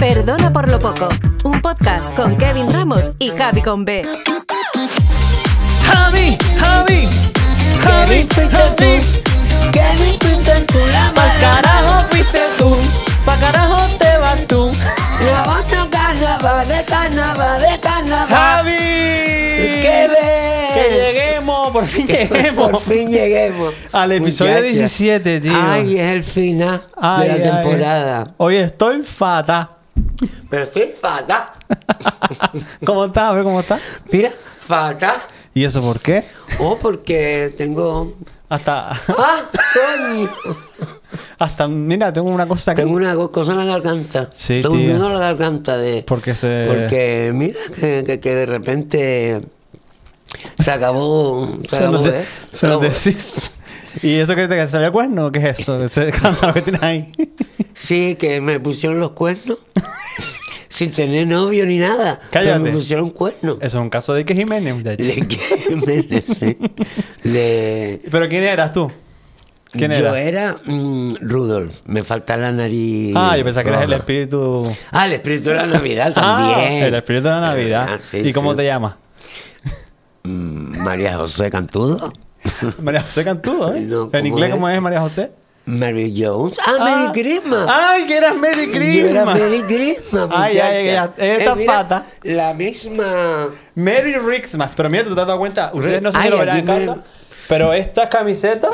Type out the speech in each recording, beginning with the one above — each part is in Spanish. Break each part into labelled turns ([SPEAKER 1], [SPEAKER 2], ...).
[SPEAKER 1] Perdona por lo poco, un podcast con Kevin Ramos y Javi con B.
[SPEAKER 2] Javi, Javi, Javi, fuiste tú. Kevin, fuiste tú. Pa'l carajo fuiste tú. Pa'l carajo te vas tú.
[SPEAKER 3] La banda carnaval, de carnaval, de carnaval.
[SPEAKER 2] Javi.
[SPEAKER 3] ¡Qué bien!
[SPEAKER 2] Que lleguemos, por fin lleguemos.
[SPEAKER 3] Por fin lleguemos.
[SPEAKER 2] Al episodio 17, tío.
[SPEAKER 3] Ay, es el final
[SPEAKER 2] Ay,
[SPEAKER 3] de
[SPEAKER 2] ay.
[SPEAKER 3] la temporada.
[SPEAKER 2] Hoy estoy fata.
[SPEAKER 3] Pero estoy fatal.
[SPEAKER 2] ¿Cómo estás? A ver cómo estás.
[SPEAKER 3] Mira, fatal.
[SPEAKER 2] ¿Y eso por qué?
[SPEAKER 3] Oh, porque tengo.
[SPEAKER 2] Hasta,
[SPEAKER 3] ¡Ah, coño!
[SPEAKER 2] hasta, mira, tengo una cosa aquí.
[SPEAKER 3] Tengo una go- cosa en la garganta.
[SPEAKER 2] Sí,
[SPEAKER 3] tengo
[SPEAKER 2] tía.
[SPEAKER 3] un nudo en la garganta de.
[SPEAKER 2] Porque se-
[SPEAKER 3] Porque mira que, que, que de repente. Se acabó. Se,
[SPEAKER 2] Se
[SPEAKER 3] acabó
[SPEAKER 2] nos, de-
[SPEAKER 3] esto.
[SPEAKER 2] se
[SPEAKER 3] Se
[SPEAKER 2] nos
[SPEAKER 3] acabó.
[SPEAKER 2] deshizo. ¿Y eso que te que te salió cuerno? ¿Qué es eso? Ese cántaro que tienes ahí.
[SPEAKER 3] Sí, que me pusieron los cuernos. sin tener novio ni nada. pero
[SPEAKER 2] Cállate.
[SPEAKER 3] Me pusieron cuernos.
[SPEAKER 2] Eso es un caso de que Jiménez, muchachos.
[SPEAKER 3] De que me sí. De-
[SPEAKER 2] ¿Pero quién eras tú? ¿Quién
[SPEAKER 3] yo
[SPEAKER 2] eras?
[SPEAKER 3] era mm, Rudolf. Me falta la nariz.
[SPEAKER 2] Ah, yo pensaba que eras el
[SPEAKER 3] roja.
[SPEAKER 2] espíritu.
[SPEAKER 3] Ah, el espíritu de la Navidad
[SPEAKER 2] Ah,
[SPEAKER 3] también.
[SPEAKER 2] el espíritu de la Navidad.
[SPEAKER 3] Ah, sí,
[SPEAKER 2] ¿Y cómo
[SPEAKER 3] sí.
[SPEAKER 2] te llamas?
[SPEAKER 3] Mm, María José Cantudo.
[SPEAKER 2] María José Cantudo, ¿eh?
[SPEAKER 3] No,
[SPEAKER 2] ¿En
[SPEAKER 3] ¿cómo
[SPEAKER 2] inglés
[SPEAKER 3] es?
[SPEAKER 2] cómo es María José?
[SPEAKER 3] Mary Jones. Ah, Merry Christmas.
[SPEAKER 2] ¡Ay, que eras Merry
[SPEAKER 3] Yo era
[SPEAKER 2] Christmas!
[SPEAKER 3] Merry Christmas,
[SPEAKER 2] Ay,
[SPEAKER 3] muchacha. Eh,
[SPEAKER 2] ay, ay, ay, esta
[SPEAKER 3] mira,
[SPEAKER 2] fata.
[SPEAKER 3] La misma.
[SPEAKER 2] Merry Rixmas. Pero mira, tú te has dado cuenta, ustedes no sé si
[SPEAKER 3] Ay,
[SPEAKER 2] lo verán en
[SPEAKER 3] aquí
[SPEAKER 2] casa,
[SPEAKER 3] me-
[SPEAKER 2] pero estas camisetas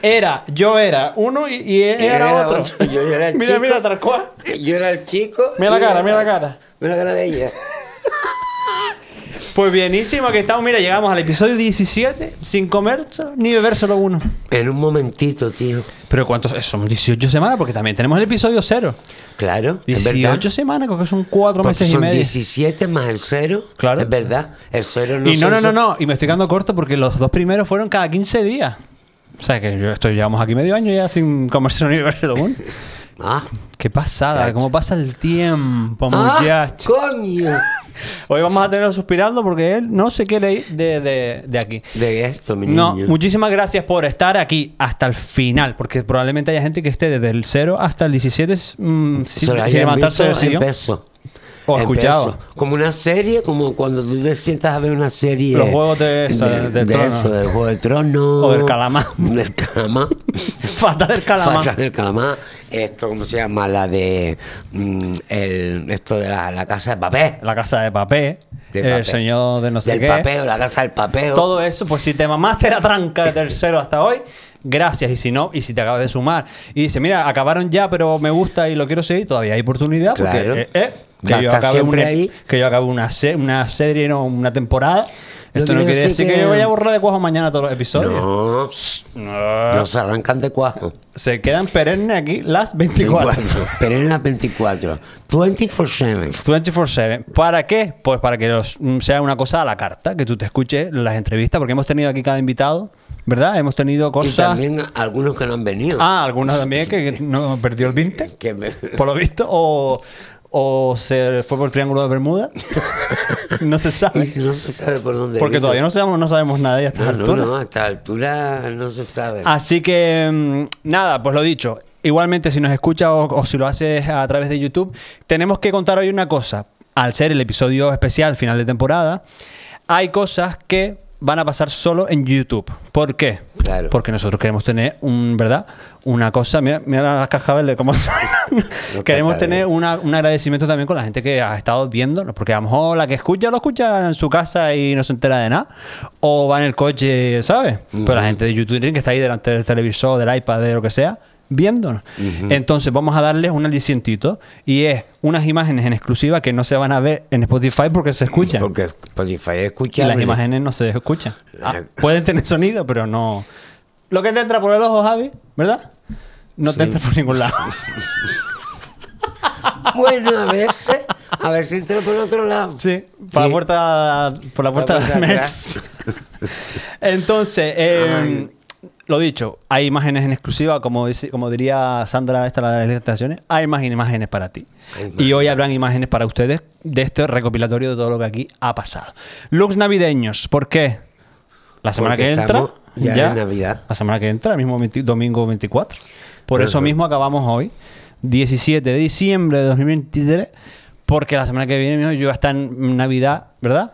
[SPEAKER 2] era, yo era uno y, y él era,
[SPEAKER 3] era
[SPEAKER 2] otro.
[SPEAKER 3] otro, yo era el
[SPEAKER 2] mira,
[SPEAKER 3] chico.
[SPEAKER 2] mira, tal cual.
[SPEAKER 3] Yo era el chico.
[SPEAKER 2] Mira la
[SPEAKER 3] y ella-
[SPEAKER 2] cara, mira la cara.
[SPEAKER 3] Mira la cara de ella.
[SPEAKER 2] Pues bienísimo que estamos. Mira, llegamos al episodio 17 sin comer ni beber solo uno.
[SPEAKER 3] En un momentito, tío.
[SPEAKER 2] Pero ¿cuántos? eh, Son 18 semanas porque también tenemos el episodio cero.
[SPEAKER 3] Claro, es verdad.
[SPEAKER 2] 18 semanas, creo que son 4
[SPEAKER 3] Porque
[SPEAKER 2] meses y
[SPEAKER 3] son
[SPEAKER 2] medio.
[SPEAKER 3] 17 más el cero.
[SPEAKER 2] Claro.
[SPEAKER 3] Es verdad. El cero no
[SPEAKER 2] Y no,
[SPEAKER 3] son
[SPEAKER 2] no, no,
[SPEAKER 3] so-
[SPEAKER 2] no. Y me estoy quedando corto porque los dos primeros fueron cada 15 días. O sea que yo estoy, llevamos aquí medio año ya sin comerse un universo común.
[SPEAKER 3] Ah.
[SPEAKER 2] Qué pasada, cómo pasa el tiempo,
[SPEAKER 3] Ah,
[SPEAKER 2] muchacho.
[SPEAKER 3] coño.
[SPEAKER 2] Hoy vamos a tenerlo suspirando porque él no se quiere ir de, de, de aquí.
[SPEAKER 3] De esto, mi
[SPEAKER 2] No,
[SPEAKER 3] niño.
[SPEAKER 2] muchísimas gracias por estar aquí hasta el final, porque probablemente haya gente que esté desde el 0 hasta el 17 mm,
[SPEAKER 3] Se
[SPEAKER 2] sin,
[SPEAKER 3] lo
[SPEAKER 2] sin
[SPEAKER 3] hayan
[SPEAKER 2] levantarse del
[SPEAKER 3] visto en
[SPEAKER 2] sillón.
[SPEAKER 3] peso.
[SPEAKER 2] O
[SPEAKER 3] En
[SPEAKER 2] escuchado.
[SPEAKER 3] peso. Como una serie, como cuando tú te sientas a ver una serie.
[SPEAKER 2] Los juegos de esa, del trono.
[SPEAKER 3] eso, del juego de trono.
[SPEAKER 2] O del calamar.
[SPEAKER 3] Del calamar.
[SPEAKER 2] Fatal del calamar.
[SPEAKER 3] Falta del calamar. Esto, ¿cómo se llama? La de. mm, el, esto de la, la casa de papel.
[SPEAKER 2] La casa de papel,
[SPEAKER 3] De
[SPEAKER 2] el
[SPEAKER 3] papel.
[SPEAKER 2] señor de no sé
[SPEAKER 3] del
[SPEAKER 2] qué.
[SPEAKER 3] papeo, la casa del papeo.
[SPEAKER 2] Todo eso, pues si te mamaste la tranca de tercero hasta hoy, gracias. Y si no, y si te acabas de sumar y dices, mira, acabaron ya, pero me gusta y lo quiero seguir, todavía hay oportunidad. Porque,
[SPEAKER 3] Claro.
[SPEAKER 2] eh, eh,
[SPEAKER 3] Ya
[SPEAKER 2] que, yo
[SPEAKER 3] está
[SPEAKER 2] acabe
[SPEAKER 3] siempre
[SPEAKER 2] una,
[SPEAKER 3] ahí.
[SPEAKER 2] que yo acabe una, se- una serie, no, una temporada.
[SPEAKER 3] No
[SPEAKER 2] Esto no
[SPEAKER 3] quiere
[SPEAKER 2] quiere
[SPEAKER 3] decir
[SPEAKER 2] decir que...
[SPEAKER 3] que-
[SPEAKER 2] yo vaya a borrar de cuajo mañana todos los episodios.
[SPEAKER 3] No,
[SPEAKER 2] No.
[SPEAKER 3] no se arrancan de cuajo.
[SPEAKER 2] Se quedan perennes aquí las 24.
[SPEAKER 3] Pero en las 24. 24-7.
[SPEAKER 2] 24-7. ¿Para qué? Pues para que los- mm, sea una cosa a la carta, que tú te escuches las entrevistas, porque hemos tenido aquí cada invitado, ¿verdad? Hemos tenido
[SPEAKER 3] Y
[SPEAKER 2] cosas.
[SPEAKER 3] también algunos que no han venido.
[SPEAKER 2] Ah, algunos también que que no perdió el tinte,
[SPEAKER 3] Que me-
[SPEAKER 2] por lo visto, o, o se fue por el Triángulo de Bermuda. No se
[SPEAKER 3] Y
[SPEAKER 2] sabe.
[SPEAKER 3] si no se sabe por dónde.
[SPEAKER 2] Porque
[SPEAKER 3] viene.
[SPEAKER 2] todavía no sabemos, no sabemos nada de estas
[SPEAKER 3] No, no,
[SPEAKER 2] alturas.
[SPEAKER 3] no, a esta altura no se sabe.
[SPEAKER 2] Así que, mm, nada, pues lo dicho. Igualmente, si nos escuchas o, o si lo haces a través de YouTube, tenemos que contar hoy una cosa. Al ser el episodio especial final de temporada, hay cosas que van a pasar solo en YouTube. ¿Por qué?
[SPEAKER 3] Claro.
[SPEAKER 2] Porque nosotros queremos tener un, ¿verdad? Una cosa, mira, mira las cascabeles cómo suenan. queremos
[SPEAKER 3] cascabeles.
[SPEAKER 2] tener una- un agradecimiento también con la gente que ha estado viendo, porque a lo mejor la que escucha lo escucha en su casa y no se entera de nada, o va en el coche, ¿sabes? Pero la gente de YouTube que está ahí delante del televisor, del iPad, de lo que sea, viéndonos. Entonces vamos a darles un alicientito y es unas imágenes en exclusiva que no se van a ver en Spotify porque se escuchan.
[SPEAKER 3] Porque Spotify
[SPEAKER 2] y
[SPEAKER 3] escucha.
[SPEAKER 2] las imágenes no se escuchan. Ah,
[SPEAKER 3] La-
[SPEAKER 2] pueden tener sonido, pero no... Lo que te entra por el ojo, Javi, ¿verdad? No te entra por ningún lado.
[SPEAKER 3] Bueno, a veces. A veces entra por otro lado.
[SPEAKER 2] Sí, por la
[SPEAKER 3] Sí.
[SPEAKER 2] puerta, por la puerta,
[SPEAKER 3] puerta
[SPEAKER 2] de
[SPEAKER 3] de
[SPEAKER 2] mes. Entonces, eh, lo dicho, hay imágenes en exclusiva, como, dice, como diría Sandra, esta la de las estaciones, hay más imágenes para ti.
[SPEAKER 3] Hay más.
[SPEAKER 2] Y hoy habrán imágenes para ustedes de este recopilatorio de todo lo que aquí ha pasado. Looks navideños, ¿por qué? La semana
[SPEAKER 3] Porque
[SPEAKER 2] que entra,
[SPEAKER 3] estamos ya en Navidad.
[SPEAKER 2] La semana que entra, el mismo 20 domingo 24. Por eso
[SPEAKER 3] Ujú.
[SPEAKER 2] mismo acabamos hoy. 17 de diciembre de 2023, porque la semana que viene, mijo, yo voy a estar en Navidad, ¿verdad?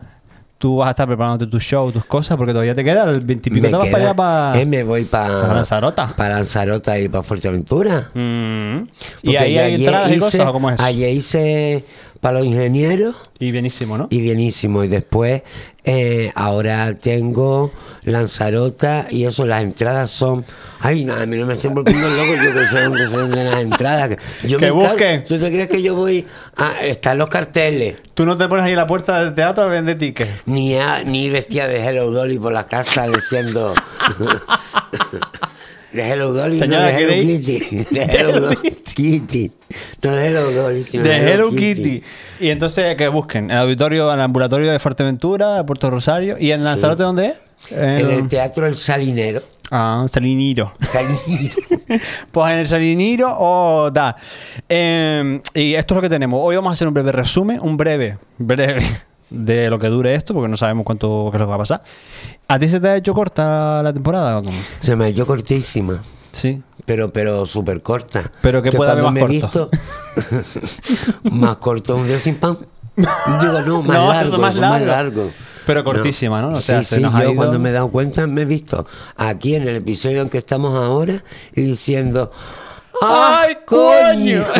[SPEAKER 2] Tú vas a estar preparándote tu show, tus cosas, porque todavía te queda el 20 y pico.
[SPEAKER 3] Me
[SPEAKER 2] Te vas
[SPEAKER 3] queda-
[SPEAKER 2] para allá para.
[SPEAKER 3] eh, me voy para
[SPEAKER 2] para Lanzarota.
[SPEAKER 3] Para Lanzarota y para Fuerteventura.
[SPEAKER 2] Mm. Y
[SPEAKER 3] Porque
[SPEAKER 2] ahí hay
[SPEAKER 3] yo ayer
[SPEAKER 2] entradas y
[SPEAKER 3] hice-
[SPEAKER 2] cosas, ¿o cómo es?
[SPEAKER 3] Ayer hice para los ingenieros
[SPEAKER 2] Y bienísimo, ¿no?
[SPEAKER 3] y bienísimo. Y después, eh, ahora tengo Lanzarota y eso, las entradas son. Ay, no, a mí no me estén volviendo loco, yo que sé dónde son de las entradas. Yo
[SPEAKER 2] Que
[SPEAKER 3] me encargo-
[SPEAKER 2] busquen.
[SPEAKER 3] ¿Tú te crees que yo voy a. Están los carteles.
[SPEAKER 2] Tú no te pones ahí en la puerta del teatro a vender tickets.
[SPEAKER 3] Ni, a- ni vestía de Hello Dolly por la casa diciendo. De Hello Dolly,
[SPEAKER 2] Señora,
[SPEAKER 3] no de Hello
[SPEAKER 2] ¿queréis?
[SPEAKER 3] Kitty. De Hello
[SPEAKER 2] Hello
[SPEAKER 3] Dolly. Kitty. No de Hello Dolly, sino
[SPEAKER 2] De Hello Kitty. Y entonces que busquen el auditorio, el ambulatorio de Fuerteventura, de Puerto Rosario. ¿Y en Lanzarote dónde es?
[SPEAKER 3] En el teatro El Salinero.
[SPEAKER 2] Ah, Saliniro.
[SPEAKER 3] Salinero.
[SPEAKER 2] pues en el Saliniro o da. Eh, y esto es lo que tenemos. Hoy vamos a hacer un breve resumen, un breve, breve de lo que dure esto, porque no sabemos cuánto qué es lo que va a pasar. ¿A ti se te ha hecho corta la temporada? o cómo?
[SPEAKER 3] Se me dio cortísima.
[SPEAKER 2] Sí.
[SPEAKER 3] Pero, pero súper corta.
[SPEAKER 2] Pero que pueda haber
[SPEAKER 3] cuando
[SPEAKER 2] más
[SPEAKER 3] me he
[SPEAKER 2] corto.
[SPEAKER 3] visto- más corto un día sin pan. Digo, no, más
[SPEAKER 2] No,
[SPEAKER 3] largo.
[SPEAKER 2] eso
[SPEAKER 3] Eso
[SPEAKER 2] más
[SPEAKER 3] más
[SPEAKER 2] largo.
[SPEAKER 3] largo.
[SPEAKER 2] Pero cortísima, ¿no? O sea,
[SPEAKER 3] sí,
[SPEAKER 2] se
[SPEAKER 3] sí,
[SPEAKER 2] nos ha
[SPEAKER 3] yo
[SPEAKER 2] ido-
[SPEAKER 3] cuando me he dado cuenta me he visto aquí en el episodio en que estamos ahora y diciendo... "Ah,
[SPEAKER 2] ¡Ay, coño!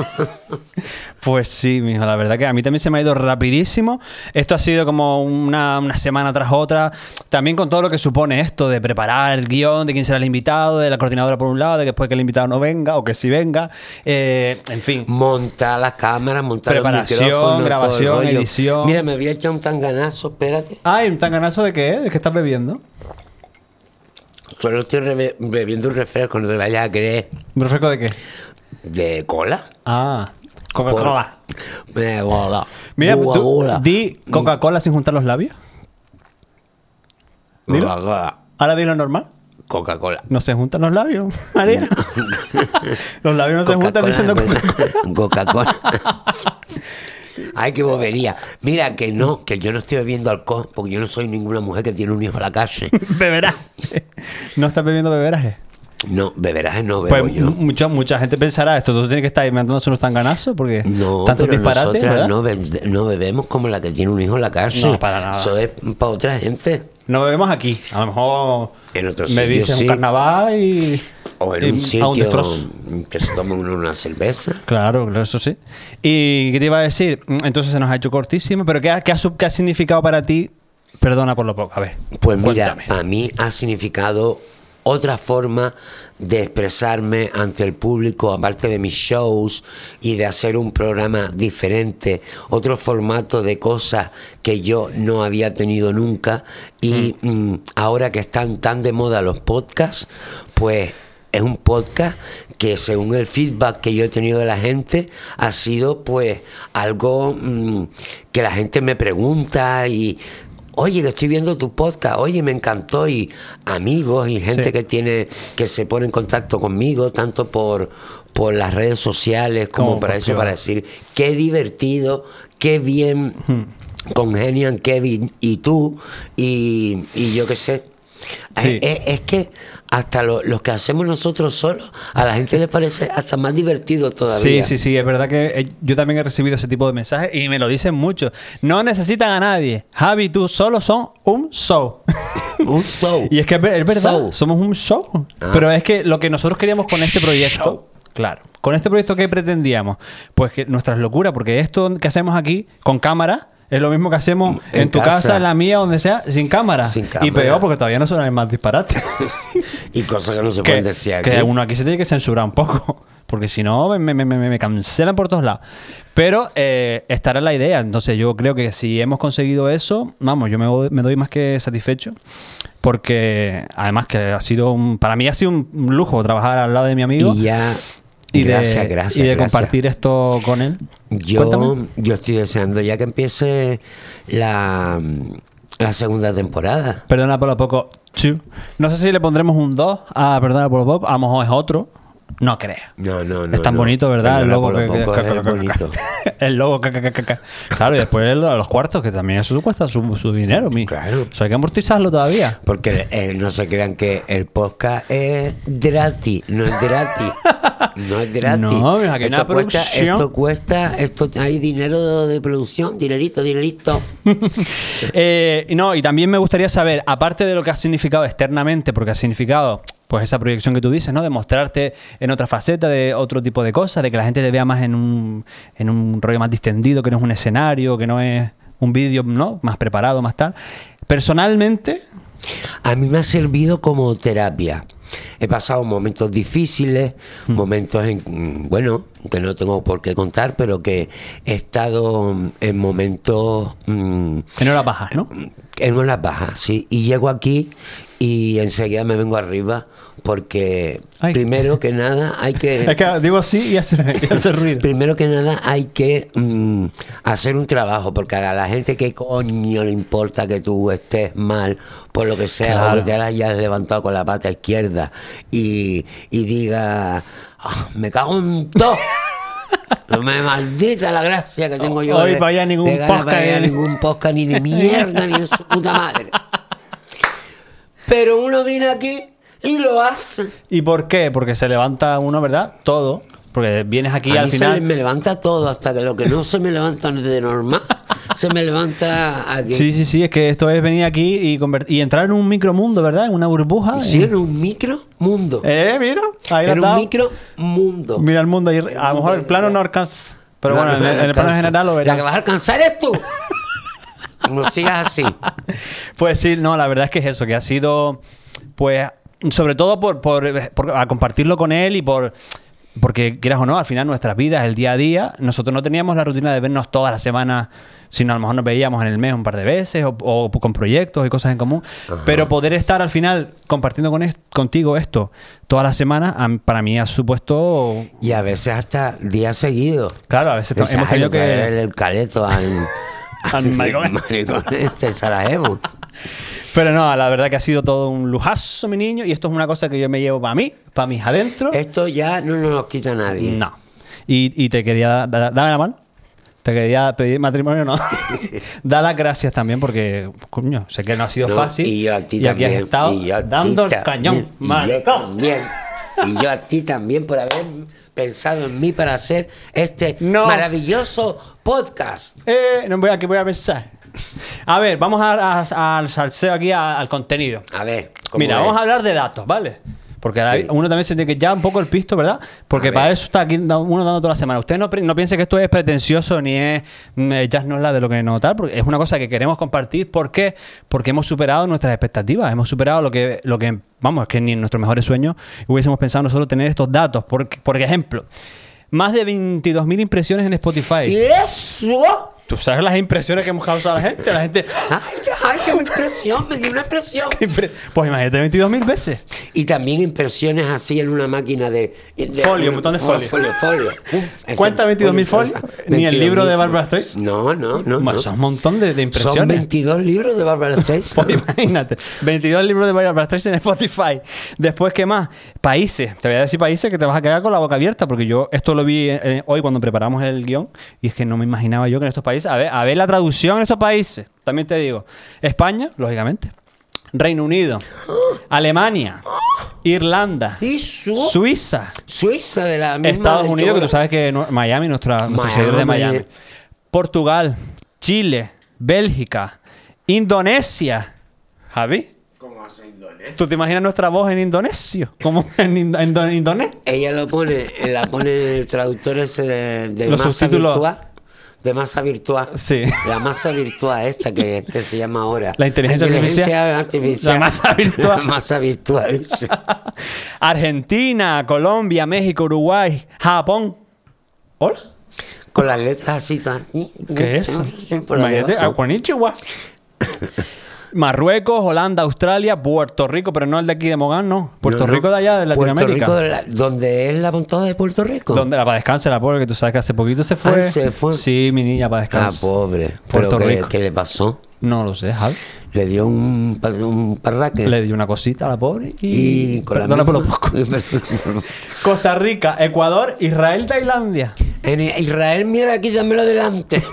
[SPEAKER 2] Pues sí, mijo, la verdad que a mí también se me ha ido rapidísimo. Esto ha sido como una, una semana tras otra. También con todo lo que supone esto de preparar el guión, de quién será el invitado, de la coordinadora por un lado, de que después que el invitado no venga o que sí venga. Eh, en fin.
[SPEAKER 3] Montar las cámaras, montar
[SPEAKER 2] Preparación,
[SPEAKER 3] los micrófonos, todo el
[SPEAKER 2] grabación,
[SPEAKER 3] rollo.
[SPEAKER 2] edición.
[SPEAKER 3] Mira, me voy a echar un tanganazo, espérate.
[SPEAKER 2] Ay, ¿tan ganazo de qué? ¿De qué estás bebiendo?
[SPEAKER 3] Solo estoy rebe- bebiendo un refresco, no te vayas a creer.
[SPEAKER 2] ¿Un refresco de qué?
[SPEAKER 3] ¿De cola?
[SPEAKER 2] Ah, Coca-Cola.
[SPEAKER 3] De cola.
[SPEAKER 2] Mira, tú
[SPEAKER 3] Coca-Cola.
[SPEAKER 2] di Coca-Cola sin juntar los labios. dilo.
[SPEAKER 3] Coca-Cola.
[SPEAKER 2] Ahora dilo normal.
[SPEAKER 3] Coca-Cola.
[SPEAKER 2] No se juntan los labios, María. los labios no se juntan diciendo
[SPEAKER 3] Coca-Cola.
[SPEAKER 2] Coca-Cola.
[SPEAKER 3] Coca-Cola. Ay, qué bobería. Mira, que no, que yo no estoy bebiendo alcohol, porque yo no soy ninguna mujer que tiene un hijo a la calle.
[SPEAKER 2] Beberá. ¿No estás bebiendo beberaje?
[SPEAKER 3] No, beberás no bebo
[SPEAKER 2] Pues
[SPEAKER 3] yo.
[SPEAKER 2] mucha, mucha gente pensará esto. Tú tienes que estar inventándose unos tanganazos porque
[SPEAKER 3] No,
[SPEAKER 2] tantos
[SPEAKER 3] pero
[SPEAKER 2] disparates,
[SPEAKER 3] nosotras
[SPEAKER 2] ¿verdad?
[SPEAKER 3] no,
[SPEAKER 2] No.
[SPEAKER 3] be- no bebemos como la que tiene un hijo en la calle.
[SPEAKER 2] No, para nada.
[SPEAKER 3] Eso es para otra gente.
[SPEAKER 2] bebemos aquí. A lo mejor
[SPEAKER 3] En otros
[SPEAKER 2] me
[SPEAKER 3] sitios
[SPEAKER 2] dices
[SPEAKER 3] sí.
[SPEAKER 2] un carnaval y.
[SPEAKER 3] O en
[SPEAKER 2] y
[SPEAKER 3] un
[SPEAKER 2] Eh, A un
[SPEAKER 3] sitio
[SPEAKER 2] destrozo.
[SPEAKER 3] que se toma uno una cerveza.
[SPEAKER 2] Claro, claro, eso sí. ¿Y qué te iba a decir? Mm, Entonces se nos ha hecho cortísimo, pero ¿qué ha, qué ha sub- qué ha significado para ti? Perdona por lo poco, a ver.
[SPEAKER 3] Pues mira,
[SPEAKER 2] cuéntame.
[SPEAKER 3] para mí ha significado otra forma de expresarme ante el público, aparte de mis shows y de hacer un programa diferente, otro formato de cosas que yo no había tenido nunca. Y mm, ahora que están tan de moda los podcasts, pues es un podcast que según el feedback que yo he tenido de la gente ha sido pues algo mm, que la gente me pregunta y oye que estoy viendo tu podcast oye me encantó y amigos y gente
[SPEAKER 2] Sí.
[SPEAKER 3] que tiene que se pone en contacto conmigo tanto por por las redes sociales como,
[SPEAKER 2] Como
[SPEAKER 3] para
[SPEAKER 2] por
[SPEAKER 3] eso para
[SPEAKER 2] privado.
[SPEAKER 3] decir qué divertido qué bien
[SPEAKER 2] Hmm.
[SPEAKER 3] congenian Kevin y tú y, y yo qué sé
[SPEAKER 2] Sí.
[SPEAKER 3] es, es- es que hasta lo- los que hacemos nosotros solos, a la gente le parece hasta más divertido
[SPEAKER 2] Sí,
[SPEAKER 3] todavía.
[SPEAKER 2] sí, sí, es verdad que eh, yo también he recibido ese tipo de mensajes y me lo dicen mucho. No necesitan a nadie. Javi, tú solo son un show.
[SPEAKER 3] Un show.
[SPEAKER 2] y es que es ver- es verdad,
[SPEAKER 3] Show.
[SPEAKER 2] somos un show.
[SPEAKER 3] Ah.
[SPEAKER 2] Pero es que lo que nosotros queríamos con este proyecto,
[SPEAKER 3] Show.
[SPEAKER 2] claro, con este proyecto que pretendíamos, pues que nuestras locuras, porque esto que hacemos aquí con cámara es lo mismo que hacemos en,
[SPEAKER 3] En
[SPEAKER 2] tu casa.
[SPEAKER 3] casa.
[SPEAKER 2] en la mía, donde sea, sin cámara.
[SPEAKER 3] Sin
[SPEAKER 2] Y
[SPEAKER 3] cámara.
[SPEAKER 2] peor porque todavía no suena el más disparate.
[SPEAKER 3] Y cosas que no se
[SPEAKER 2] que,
[SPEAKER 3] pueden decir
[SPEAKER 2] que
[SPEAKER 3] aquí.
[SPEAKER 2] uno aquí se tiene que censurar un poco. Porque si no, me, me- me- me- me cancelan por todos lados. Pero eh, estará la idea. Entonces, yo creo que si hemos conseguido eso, vamos, yo me, voy- me doy más que satisfecho. Porque además que ha sido un. Para mí ha sido un un lujo trabajar al lado de mi amigo.
[SPEAKER 3] Y ya.
[SPEAKER 2] y
[SPEAKER 3] gracias,
[SPEAKER 2] de,
[SPEAKER 3] gracias.
[SPEAKER 2] y de
[SPEAKER 3] gracias.
[SPEAKER 2] compartir esto con él. Cuéntame.
[SPEAKER 3] Yo, yo estoy deseando ya que empiece la, la segunda temporada.
[SPEAKER 2] Ah, Perdona por lo poco. chu. No sé si le pondremos un 2 a Perdona por lo poco. A lo mejor es otro. No creas.
[SPEAKER 3] No, no, no.
[SPEAKER 2] es tan
[SPEAKER 3] no.
[SPEAKER 2] bonito, ¿verdad? El
[SPEAKER 3] Perdona
[SPEAKER 2] logo
[SPEAKER 3] por
[SPEAKER 2] que,
[SPEAKER 3] lo
[SPEAKER 2] que-
[SPEAKER 3] poco,
[SPEAKER 2] que-
[SPEAKER 3] es
[SPEAKER 2] que- que-
[SPEAKER 3] bonito.
[SPEAKER 2] El logo que- que- que- que- que. Claro, y después lo de los cuartos, que también eso cuesta su, su dinero, mi.
[SPEAKER 3] Claro.
[SPEAKER 2] O sea, hay que amortizarlo todavía.
[SPEAKER 3] Porque eh, no se crean que el podcast es gratis, no es gratis, no es gratis.
[SPEAKER 2] No, mira, que
[SPEAKER 3] esto,
[SPEAKER 2] una
[SPEAKER 3] cuesta,
[SPEAKER 2] producción.
[SPEAKER 3] esto cuesta, esto hay dinero de producción, dinerito, dinerito.
[SPEAKER 2] Eh, y no, y también me gustaría saber, aparte de lo que ha significado externamente, porque ha significado pues esa proyección que tú dices, ¿no? De mostrarte en otra faceta, de otro tipo de cosas, de que la gente te vea más en un, en un rollo más distendido, que no es un escenario, que no es un vídeo, ¿no? Más preparado, más tal. Personalmente,
[SPEAKER 3] A mí me ha servido como terapia. He pasado momentos difíciles, momentos en, mm, bueno, que no tengo por qué contar, pero que he estado mm, en momentos mm,
[SPEAKER 2] que no la bajas, ¿no?
[SPEAKER 3] en unas bajas, sí. Y llego aquí y enseguida me vengo arriba porque
[SPEAKER 2] Ay.
[SPEAKER 3] primero que nada hay que...
[SPEAKER 2] digo así y hace, ruido.
[SPEAKER 3] Primero que nada hay que mm, hacer un trabajo, porque a la gente que coño le importa que tú estés mal, por lo que sea,
[SPEAKER 2] Claro.
[SPEAKER 3] o que te hayas levantado con la pata izquierda y, y diga, "Ah, me cago en todo. No me maldita la gracia que tengo yo.
[SPEAKER 2] Hoy
[SPEAKER 3] de-
[SPEAKER 2] para allá ningún
[SPEAKER 3] de ganas para
[SPEAKER 2] podcast, eh.
[SPEAKER 3] allá
[SPEAKER 2] ni-
[SPEAKER 3] ningún podcast, ni de mierda, ni de su puta madre. Pero uno viene aquí y lo hace.
[SPEAKER 2] ¿Y por qué? Porque se levanta uno, ¿verdad? Todo. Porque vienes aquí
[SPEAKER 3] a
[SPEAKER 2] al
[SPEAKER 3] mí
[SPEAKER 2] final.
[SPEAKER 3] se me levanta todo, hasta que lo que no se me levanta de normal, se me levanta aquí.
[SPEAKER 2] Sí, sí, sí, es que esto es venir aquí y, convert- y entrar en un micromundo, ¿verdad? En una burbuja.
[SPEAKER 3] Sí,
[SPEAKER 2] Eh,
[SPEAKER 3] en un micro mundo.
[SPEAKER 2] Eh, mira, ahí lo
[SPEAKER 3] en
[SPEAKER 2] has
[SPEAKER 3] un
[SPEAKER 2] dado.
[SPEAKER 3] micro mundo.
[SPEAKER 2] Mira el mundo ahí. A lo mejor
[SPEAKER 3] mundo,
[SPEAKER 2] el plano
[SPEAKER 3] eh,
[SPEAKER 2] no alcanza. Pero bueno, en el, en el plano general lo
[SPEAKER 3] La que
[SPEAKER 2] verás.
[SPEAKER 3] vas a alcanzar es tú. No sigas así.
[SPEAKER 2] Pues sí, no, la verdad es que es eso, que ha sido, pues, sobre todo por, por- por- a compartirlo con él y por... Porque quieras o no, al final nuestras vidas, el día a día, nosotros no teníamos la rutina de vernos todas las semanas, sino a lo mejor nos veíamos en el mes un par de veces o, o con proyectos y cosas en común. Pero poder estar al final compartiendo con es- contigo esto todas las semanas, a- para mí ha supuesto...
[SPEAKER 3] Y a veces hasta días seguidos.
[SPEAKER 2] Claro, a veces
[SPEAKER 3] Dices,
[SPEAKER 2] hemos
[SPEAKER 3] "Ay,
[SPEAKER 2] tenido
[SPEAKER 3] voy a ver
[SPEAKER 2] que...
[SPEAKER 3] El caleto al,
[SPEAKER 2] Al maricón.
[SPEAKER 3] maricón este de Sarajevo.
[SPEAKER 2] Pero no, la verdad que ha sido todo un lujazo, mi niño, y esto es una cosa que yo me llevo para mí, para mis adentros.
[SPEAKER 3] Esto ya no nos lo quita nadie.
[SPEAKER 2] No. Y, y te quería. da- da- Dame la mano. Te quería pedir matrimonio, no. da las gracias también porque, coño, sé que no ha sido
[SPEAKER 3] ¿no?
[SPEAKER 2] fácil.
[SPEAKER 3] Y yo a ti
[SPEAKER 2] aquí has
[SPEAKER 3] también.
[SPEAKER 2] estado
[SPEAKER 3] y yo a ti
[SPEAKER 2] dando el
[SPEAKER 3] también,
[SPEAKER 2] cañón,
[SPEAKER 3] y yo
[SPEAKER 2] maricón.
[SPEAKER 3] también. Y yo a ti también por haber pensado en mí para hacer este
[SPEAKER 2] No.
[SPEAKER 3] maravilloso podcast.
[SPEAKER 2] Eh, no voy a, que voy a pensar. A ver, vamos a- a- al salseo aquí, a- al contenido.
[SPEAKER 3] A ver, ¿cómo
[SPEAKER 2] Mira,
[SPEAKER 3] es?
[SPEAKER 2] vamos a hablar de datos, ¿vale? Porque ahora
[SPEAKER 3] Sí.
[SPEAKER 2] uno también se tiene que ya un poco el pisto, ¿verdad? Porque
[SPEAKER 3] A
[SPEAKER 2] para
[SPEAKER 3] ver.
[SPEAKER 2] eso está aquí da- uno dando toda la semana. Usted no, pri- no piense que esto es pretencioso ni es mm, eh, jazz no es la de lo que no tal, porque es una cosa que queremos compartir. ¿Por qué? Porque hemos superado nuestras expectativas, hemos superado lo que, lo que vamos, es que ni en nuestros mejores sueños hubiésemos pensado nosotros tener estos datos. Porque, por ejemplo, más de 22.000 impresiones en Spotify.
[SPEAKER 3] ¿Y eso?
[SPEAKER 2] ¿Tú sabes las impresiones que hemos causado a la gente? La gente...
[SPEAKER 3] Ay, ay, qué impresión, me dio una impresión.
[SPEAKER 2] impre- Pues imagínate 22.000 veces.
[SPEAKER 3] Y también impresiones así en una máquina de. de-
[SPEAKER 2] Folio, un montón de folio.
[SPEAKER 3] Folio, folio. Ese-
[SPEAKER 2] ¿Cuenta 22.000 folio? ¿Ni el libro de
[SPEAKER 3] 22.000
[SPEAKER 2] Barbara Streisand?
[SPEAKER 3] No, no,
[SPEAKER 2] Bueno,
[SPEAKER 3] no. no.
[SPEAKER 2] eso es un montón de, de
[SPEAKER 3] Son
[SPEAKER 2] impresiones.
[SPEAKER 3] 22 libros de Barbara
[SPEAKER 2] Pues
[SPEAKER 3] Streisand.
[SPEAKER 2] imagínate, 22 libros de Barbara Streisand en Spotify. Después, ¿qué más? Países. Te voy a decir países que te vas a quedar con la boca abierta, porque yo esto lo vi eh, hoy cuando preparamos el guión, y es que no me imaginaba yo que en estos países, a ver, a ver la traducción en estos países, también te digo, España, lógicamente, Reino Unido, Alemania, Irlanda,
[SPEAKER 3] ¿Y su-
[SPEAKER 2] Suiza,
[SPEAKER 3] Suiza de la misma.
[SPEAKER 2] Estados Unidos, que tú
[SPEAKER 3] sabes
[SPEAKER 2] sabes que no- Miami, nuestra, nuestro
[SPEAKER 3] Miami.
[SPEAKER 2] seguidor de Miami. Portugal, Chile, Bélgica, Indonesia. Javi. ¿Tú te imaginas nuestra voz en indonesio? Como en, indo- en do- indonés.
[SPEAKER 3] Ella lo pone, la pone en el traductor ese de, de
[SPEAKER 2] Los
[SPEAKER 3] masa
[SPEAKER 2] subtítulos.
[SPEAKER 3] virtual. De masa virtual.
[SPEAKER 2] Sí.
[SPEAKER 3] La masa virtual esta que, que se llama ahora.
[SPEAKER 2] La inteligencia artificial.
[SPEAKER 3] artificial.
[SPEAKER 2] La masa virtual.
[SPEAKER 3] La masa virtual. sí.
[SPEAKER 2] Argentina, Colombia, México, Uruguay, Japón. ¿Hola?
[SPEAKER 3] Con las letras así. todas.
[SPEAKER 2] ¿Qué es eso?
[SPEAKER 3] Por ahí
[SPEAKER 2] Imagínate,
[SPEAKER 3] abajo.
[SPEAKER 2] ah, konnichiwa. Marruecos, Holanda, Australia, Puerto Rico, pero no el de aquí de Mogán, no. Puerto
[SPEAKER 3] No, no.
[SPEAKER 2] Rico de allá, de Latinoamérica.
[SPEAKER 3] Puerto Rico, de la- donde es la montada de Puerto Rico.
[SPEAKER 2] Donde la para descanse, la pobre, que tú sabes que hace poquito se fue.
[SPEAKER 3] Ah, se fue.
[SPEAKER 2] Sí, mi niña, para
[SPEAKER 3] Ah,
[SPEAKER 2] descanse.
[SPEAKER 3] pobre.
[SPEAKER 2] Puerto
[SPEAKER 3] Pero ¿qué-
[SPEAKER 2] Rico.
[SPEAKER 3] ¿qué le pasó?
[SPEAKER 2] No lo sé, Javi.
[SPEAKER 3] le dio un, pa- un parraque.
[SPEAKER 2] Le di una cosita a la pobre y.
[SPEAKER 3] y con la
[SPEAKER 2] Perdona por lo
[SPEAKER 3] misma-
[SPEAKER 2] poco. Costa Rica, Ecuador, Israel, Tailandia.
[SPEAKER 3] en Israel, mira, quítamelo delante.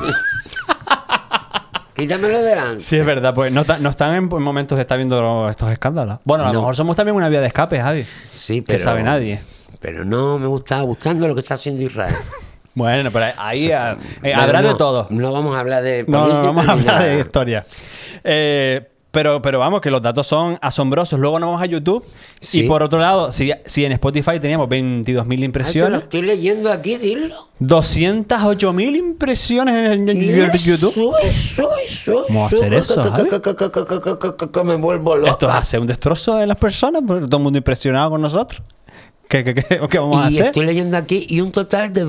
[SPEAKER 3] quítamelo delante.
[SPEAKER 2] Sí, es verdad, pues no, ta- no están en momentos de estar viendo estos escándalos. Bueno, a lo
[SPEAKER 3] No.
[SPEAKER 2] mejor somos también una vía de escape, Javi.
[SPEAKER 3] Sí,
[SPEAKER 2] Que sabe nadie.
[SPEAKER 3] Pero no me está gustando lo que está haciendo Israel.
[SPEAKER 2] Bueno, pero ahí ah, eh,
[SPEAKER 3] Pero
[SPEAKER 2] habrá
[SPEAKER 3] no,
[SPEAKER 2] de todo.
[SPEAKER 3] No vamos a hablar de.
[SPEAKER 2] No, no, no
[SPEAKER 3] política
[SPEAKER 2] vamos a
[SPEAKER 3] ni
[SPEAKER 2] hablar
[SPEAKER 3] nada.
[SPEAKER 2] de historia. Eh, pero, pero vamos, que los datos son asombrosos. Luego nos vamos a YouTube.
[SPEAKER 3] Sí.
[SPEAKER 2] Y por otro lado, si, si en Spotify teníamos 22.000
[SPEAKER 3] Ay, que lo
[SPEAKER 2] impresiones,
[SPEAKER 3] estoy leyendo aquí, dilo.
[SPEAKER 2] 208.000 impresiones en, en- en
[SPEAKER 3] Eso,
[SPEAKER 2] YouTube.
[SPEAKER 3] eso, eso.
[SPEAKER 2] ¿Cómo va a ser eso,
[SPEAKER 3] Que me vuelvo loco.
[SPEAKER 2] Esto hace un destrozo en las personas, porque todo el mundo impresionado con nosotros. ¿Qué, qué, qué- qué vamos a
[SPEAKER 3] Y
[SPEAKER 2] hacer?
[SPEAKER 3] estoy leyendo aquí y un total de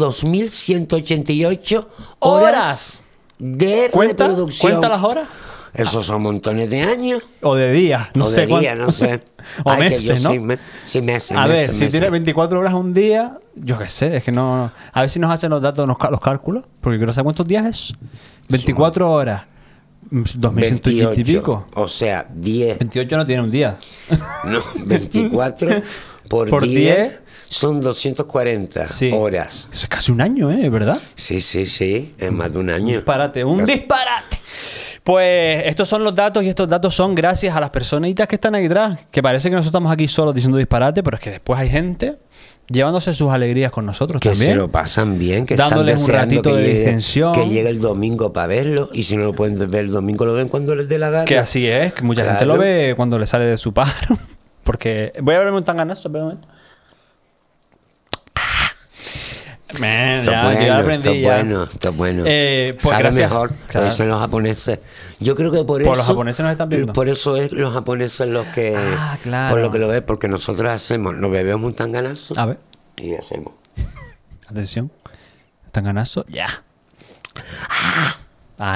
[SPEAKER 3] 2.188 horas,
[SPEAKER 2] Horas.
[SPEAKER 3] de
[SPEAKER 2] ¿Cuenta,
[SPEAKER 3] reproducción.
[SPEAKER 2] ¿Cuenta las horas?
[SPEAKER 3] Esos son montones de años.
[SPEAKER 2] O de días, no
[SPEAKER 3] o
[SPEAKER 2] sé
[SPEAKER 3] de día,
[SPEAKER 2] cuánto.
[SPEAKER 3] no sé.
[SPEAKER 2] o
[SPEAKER 3] Ay, que yo
[SPEAKER 2] meses, ¿no?
[SPEAKER 3] Sí, me- sí, meses.
[SPEAKER 2] A ver,
[SPEAKER 3] meses,
[SPEAKER 2] si
[SPEAKER 3] meses.
[SPEAKER 2] tiene 24 horas un día, yo qué sé, es que no, no. A ver si nos hacen los datos, los, ca- los cálculos, porque quiero saber cuántos días es. 24 horas, mm, 2100 y
[SPEAKER 3] 28,
[SPEAKER 2] pico.
[SPEAKER 3] O sea, 10.
[SPEAKER 2] 28 no tiene un día.
[SPEAKER 3] No, 24 por,
[SPEAKER 2] Por
[SPEAKER 3] 10,
[SPEAKER 2] 10.
[SPEAKER 3] son 240
[SPEAKER 2] Sí.
[SPEAKER 3] horas.
[SPEAKER 2] Eso es casi un año, ¿eh? ¿Verdad?
[SPEAKER 3] Sí, sí, sí. Es más de un
[SPEAKER 2] Un
[SPEAKER 3] año.
[SPEAKER 2] disparate, un
[SPEAKER 3] Casi-
[SPEAKER 2] disparate. Pues estos son los datos y estos datos son gracias a las personitas que están aquí atrás, que parece que nosotros estamos aquí solos diciendo disparate, pero es que después hay gente llevándose sus alegrías con nosotros
[SPEAKER 3] Que
[SPEAKER 2] también.
[SPEAKER 3] se lo pasan bien, que
[SPEAKER 2] Dándoles un
[SPEAKER 3] están
[SPEAKER 2] ratito
[SPEAKER 3] deseando que
[SPEAKER 2] de
[SPEAKER 3] llegue,
[SPEAKER 2] distensión.
[SPEAKER 3] Que llegue el domingo para verlo. Y si no lo pueden ver el domingo, lo ven cuando les dé la gana.
[SPEAKER 2] Que así es, que mucha gente lo
[SPEAKER 3] Claro.
[SPEAKER 2] ve cuando le sale de su pájaro. Porque. Voy a verme un tanganazo, espera un momento. Man,
[SPEAKER 3] Está
[SPEAKER 2] ya,
[SPEAKER 3] bueno,
[SPEAKER 2] yo ya
[SPEAKER 3] está
[SPEAKER 2] aprendí ya.
[SPEAKER 3] bueno, está bueno.
[SPEAKER 2] Eh, pues
[SPEAKER 3] Sabe
[SPEAKER 2] gracias.
[SPEAKER 3] mejor,
[SPEAKER 2] Claro.
[SPEAKER 3] lo dicen los japoneses. Yo creo que por,
[SPEAKER 2] Por
[SPEAKER 3] eso...
[SPEAKER 2] los japoneses nos están viendo.
[SPEAKER 3] Por eso es los japoneses los que...
[SPEAKER 2] Ah, claro.
[SPEAKER 3] Por lo que lo ves, porque nosotros hacemos, nos bebemos un tanganazo
[SPEAKER 2] A ver,
[SPEAKER 3] y hacemos...
[SPEAKER 2] atención. Tanganazo, ya.
[SPEAKER 3] Ah.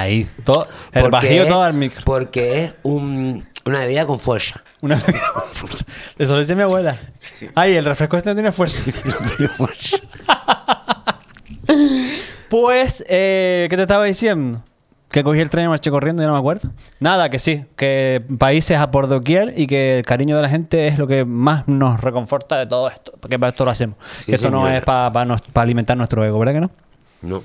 [SPEAKER 2] Ahí, todo. El bajío
[SPEAKER 3] es-
[SPEAKER 2] todo al micro.
[SPEAKER 3] Porque es un- una bebida con fuerza.
[SPEAKER 2] Una fuerza. Eso lo dice mi abuela. Ay, el refresco este no tiene fuerza.
[SPEAKER 3] No tiene fuerza.
[SPEAKER 2] Pues, eh, ¿qué te estaba diciendo? Que cogí el tren y marché corriendo, ya no me acuerdo. Nada, que sí, que países a por doquier y que el cariño de la gente es lo que más nos reconforta de todo esto. Porque para esto lo hacemos.
[SPEAKER 3] Sí,
[SPEAKER 2] Que esto no
[SPEAKER 3] señor.
[SPEAKER 2] es para alimentar nuestro ego, ¿verdad que no?
[SPEAKER 3] No.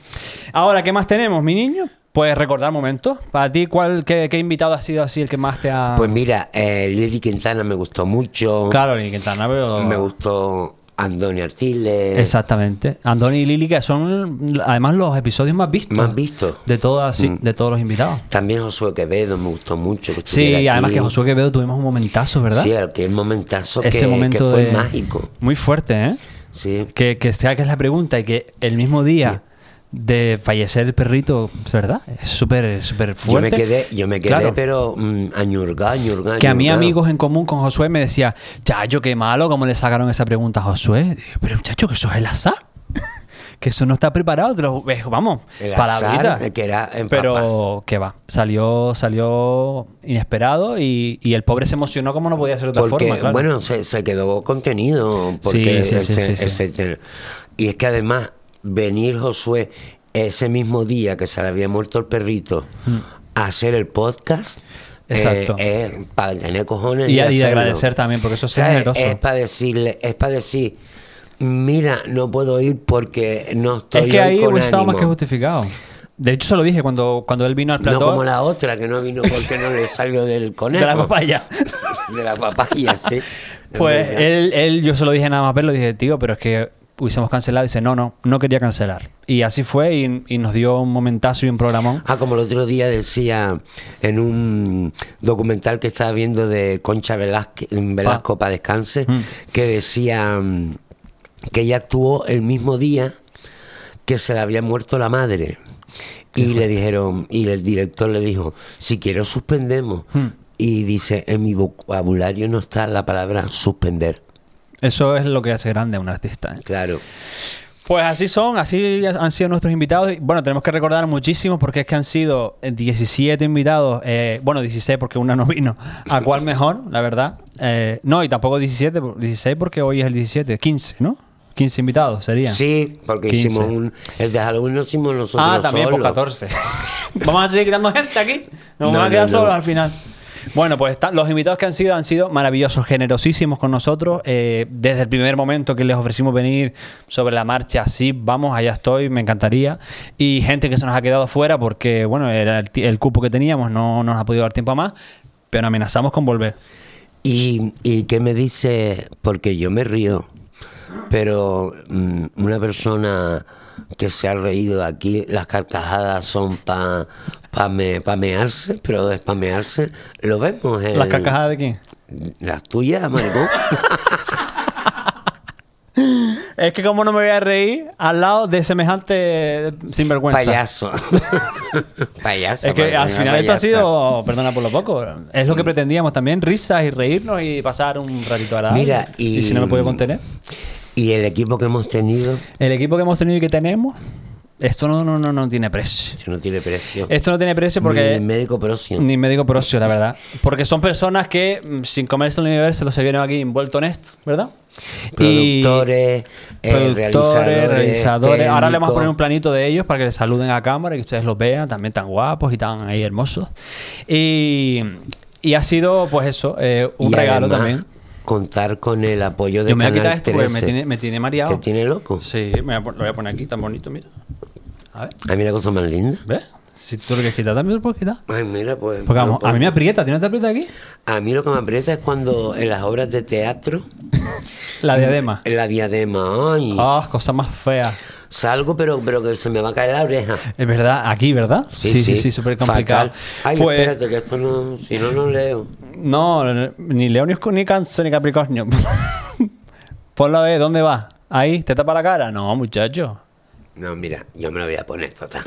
[SPEAKER 2] Ahora, ¿qué más tenemos, mi niño? Pues recordar momentos. Para ti, ¿cuál, qué, qué invitado ha sido así el que más te ha.
[SPEAKER 3] Pues mira, eh, Lili Quintana me gustó mucho.
[SPEAKER 2] Ah. claro, Lili Quintana, pero.
[SPEAKER 3] Me gustó Andoni Artiles.
[SPEAKER 2] Exactamente. Andoni y Lili, que son además los episodios más vistos.
[SPEAKER 3] Más vistos. Mm.
[SPEAKER 2] De, todas, sí, de todos los invitados.
[SPEAKER 3] También Josué Quevedo me gustó mucho. que
[SPEAKER 2] Sí,
[SPEAKER 3] estuviera
[SPEAKER 2] además
[SPEAKER 3] aquí.
[SPEAKER 2] que Josué Quevedo tuvimos un momentazo, ¿verdad?
[SPEAKER 3] Sí, aquel momentazo
[SPEAKER 2] Ese
[SPEAKER 3] que,
[SPEAKER 2] momento
[SPEAKER 3] que fue
[SPEAKER 2] de-
[SPEAKER 3] mágico.
[SPEAKER 2] Muy fuerte, ¿eh?
[SPEAKER 3] Sí.
[SPEAKER 2] Que, que sea que es la pregunta y que el mismo día de fallecer el perrito, ¿verdad? Es súper, súper
[SPEAKER 3] Yo me
[SPEAKER 2] fuerte.
[SPEAKER 3] quedé, yo me quedé
[SPEAKER 2] Claro.
[SPEAKER 3] pero mm, añurgá, añurgá,
[SPEAKER 2] Que a mí
[SPEAKER 3] añurgá.
[SPEAKER 2] amigos en común con Josué me decía, chacho, qué malo, cómo le sacaron esa pregunta a Josué. Digo, Pero chacho, que eso es el azar. que eso no está preparado, te lo ves, vamos,
[SPEAKER 3] El
[SPEAKER 2] palabritas.
[SPEAKER 3] azar que era en papas.
[SPEAKER 2] Pero que va, salió, salió inesperado y, y el pobre se emocionó como no podía ser de otra
[SPEAKER 3] Porque,
[SPEAKER 2] forma. claro.
[SPEAKER 3] bueno, se, se quedó contenido. Porque
[SPEAKER 2] Sí, sí, sí,
[SPEAKER 3] ese-
[SPEAKER 2] sí, sí.
[SPEAKER 3] ese ten- Y es que además, venir Josué ese mismo día que se le había muerto el perrito a hacer el podcast. eh,
[SPEAKER 2] Mm. Exacto.
[SPEAKER 3] es para tener cojones
[SPEAKER 2] Y- y
[SPEAKER 3] hacerlo.
[SPEAKER 2] agradecer también, porque eso es ser
[SPEAKER 3] ¿Sabes?
[SPEAKER 2] generoso.
[SPEAKER 3] Es para decirle, es para decir, mira, no puedo ir porque no estoy
[SPEAKER 2] Es que
[SPEAKER 3] hoy
[SPEAKER 2] ahí
[SPEAKER 3] con
[SPEAKER 2] estaba más
[SPEAKER 3] ánimo".
[SPEAKER 2] que justificado. De hecho, se lo dije cuando, cuando él vino al plató.
[SPEAKER 3] No como la otra que no vino porque no le salió del
[SPEAKER 2] de
[SPEAKER 3] conejo.
[SPEAKER 2] la papaya.
[SPEAKER 3] De la papaya, sí.
[SPEAKER 2] Pues
[SPEAKER 3] Venga.
[SPEAKER 2] él, él, yo se lo dije nada más verlo, dije, tío, pero es que hubiésemos cancelado. Dice, no, no, no quería cancelar. Y así fue y, y nos dio un momentazo y un programón.
[SPEAKER 3] Ah, como el otro día decía en un documental que estaba viendo de Concha Velázquez,
[SPEAKER 2] Ah.
[SPEAKER 3] Velasco para descanse,
[SPEAKER 2] Mm.
[SPEAKER 3] que decía mm, que ella actuó el mismo día que se le había muerto la madre. Y le dijeron, y el director le dijo, si quiero suspendemos.
[SPEAKER 2] Mm.
[SPEAKER 3] Y dice, en mi vocabulario no está la palabra suspender.
[SPEAKER 2] Eso es lo que hace grande a un artista. ¿eh?
[SPEAKER 3] Claro.
[SPEAKER 2] Pues así son, así han sido nuestros invitados. Y, Bueno, tenemos que recordar muchísimos porque es que han sido eh, 17 invitados, eh, bueno, 16 porque una no vino. ¿A cuál mejor, la verdad? Eh, no, y tampoco 17, por- 16 porque hoy es el 17, 15, ¿no? 15 invitados serían.
[SPEAKER 3] Sí, porque
[SPEAKER 2] 15.
[SPEAKER 3] hicimos un... El de Halloween Pues lo hicimos nosotros
[SPEAKER 2] Ah, también por
[SPEAKER 3] solos.
[SPEAKER 2] 14. Vamos a seguir quitando gente aquí. Nos
[SPEAKER 3] No,
[SPEAKER 2] vamos a
[SPEAKER 3] no,
[SPEAKER 2] quedar
[SPEAKER 3] no.
[SPEAKER 2] solos al final. Bueno, pues ta- los invitados que han sido han sido maravillosos, generosísimos con nosotros. Eh, desde el primer momento que les ofrecimos venir sobre la marcha, sí, vamos, allá estoy, me encantaría. Y gente que se nos ha quedado fuera porque, bueno, era el, ti- el cupo que teníamos no nos ha podido dar tiempo a más, pero amenazamos con volver.
[SPEAKER 3] ¿Y, y qué me dice? Porque yo me río, pero mm, una persona que se ha reído aquí, las carcajadas son para pa me- pa mearse, pero es pa mearse. Lo vemos en...
[SPEAKER 2] ¿Las carcajadas de quién?
[SPEAKER 3] Las tuyas, maricón.
[SPEAKER 2] Es que como no me voy a reír al lado de semejante sinvergüenza.
[SPEAKER 3] payaso. payaso.
[SPEAKER 2] Pues, Es que al
[SPEAKER 3] señora
[SPEAKER 2] final esto ha
[SPEAKER 3] payasa.
[SPEAKER 2] sido, perdona por lo poco, es lo
[SPEAKER 3] Mm.
[SPEAKER 2] que pretendíamos también, risas y reírnos y pasar un ratito agradable.
[SPEAKER 3] Mira, y-
[SPEAKER 2] y si no me puedo contener.
[SPEAKER 3] Y el equipo que hemos tenido,
[SPEAKER 2] El equipo que hemos tenido y que tenemos, esto no, no, no, no tiene precio.
[SPEAKER 3] eso no tiene precio.
[SPEAKER 2] Esto no tiene precio
[SPEAKER 3] Ni
[SPEAKER 2] Este, porque...
[SPEAKER 3] médico próximo.
[SPEAKER 2] Ni médico procio, la verdad. Porque son personas que mm, sin comerse el universo lo se vieron aquí envuelto en esto, ¿verdad? Y-
[SPEAKER 3] productores, eh,
[SPEAKER 2] productores,
[SPEAKER 3] realizadores,
[SPEAKER 2] realizadores. Ahora le vamos a poner
[SPEAKER 3] técnicos.
[SPEAKER 2] un planito de ellos para que les saluden a cámara y que ustedes los vean, también tan guapos y tan ahí hermosos. Y, y ha sido, pues eso, eh, un
[SPEAKER 3] Y
[SPEAKER 2] regalo
[SPEAKER 3] además,
[SPEAKER 2] también.
[SPEAKER 3] Contar con el apoyo de
[SPEAKER 2] Yo me voy a quitar
[SPEAKER 3] Canal
[SPEAKER 2] esto porque me
[SPEAKER 3] 13.
[SPEAKER 2] tiene, me tiene
[SPEAKER 3] Te
[SPEAKER 2] mareado.
[SPEAKER 3] tiene loco.
[SPEAKER 2] Sí, me voy a pon- lo voy a poner aquí, tan bonito, mira. A ver,
[SPEAKER 3] Ay, Ah, mira, cosa más linda.
[SPEAKER 2] ¿ves? Si tú lo quieres quitar, también lo puedes quitar.
[SPEAKER 3] Ay, mira, pues.
[SPEAKER 2] Porque vamos,
[SPEAKER 3] no
[SPEAKER 2] a mí me
[SPEAKER 3] puedo.
[SPEAKER 2] aprieta, ¿tiene otra aprieta aquí?
[SPEAKER 3] A mí lo que me aprieta es cuando en las obras de teatro, Mm.
[SPEAKER 2] La diadema.
[SPEAKER 3] en la diadema, ay,
[SPEAKER 2] Ah, cosa más fea.
[SPEAKER 3] salgo, pero, pero que se me va a caer la oreja.
[SPEAKER 2] Es verdad, aquí, ¿verdad? Sí, sí, Pues, sí, súper complicado.
[SPEAKER 3] fatal. Ay, espérate, que esto no. Si no, no leo.
[SPEAKER 2] No, ni León, ni Oscu- ni Cáncer, ni Capricornio. Ponlo a ver, ¿dónde va? Ahí, ¿te tapa la cara? No, muchacho.
[SPEAKER 3] No, mira, yo me lo voy a poner, total.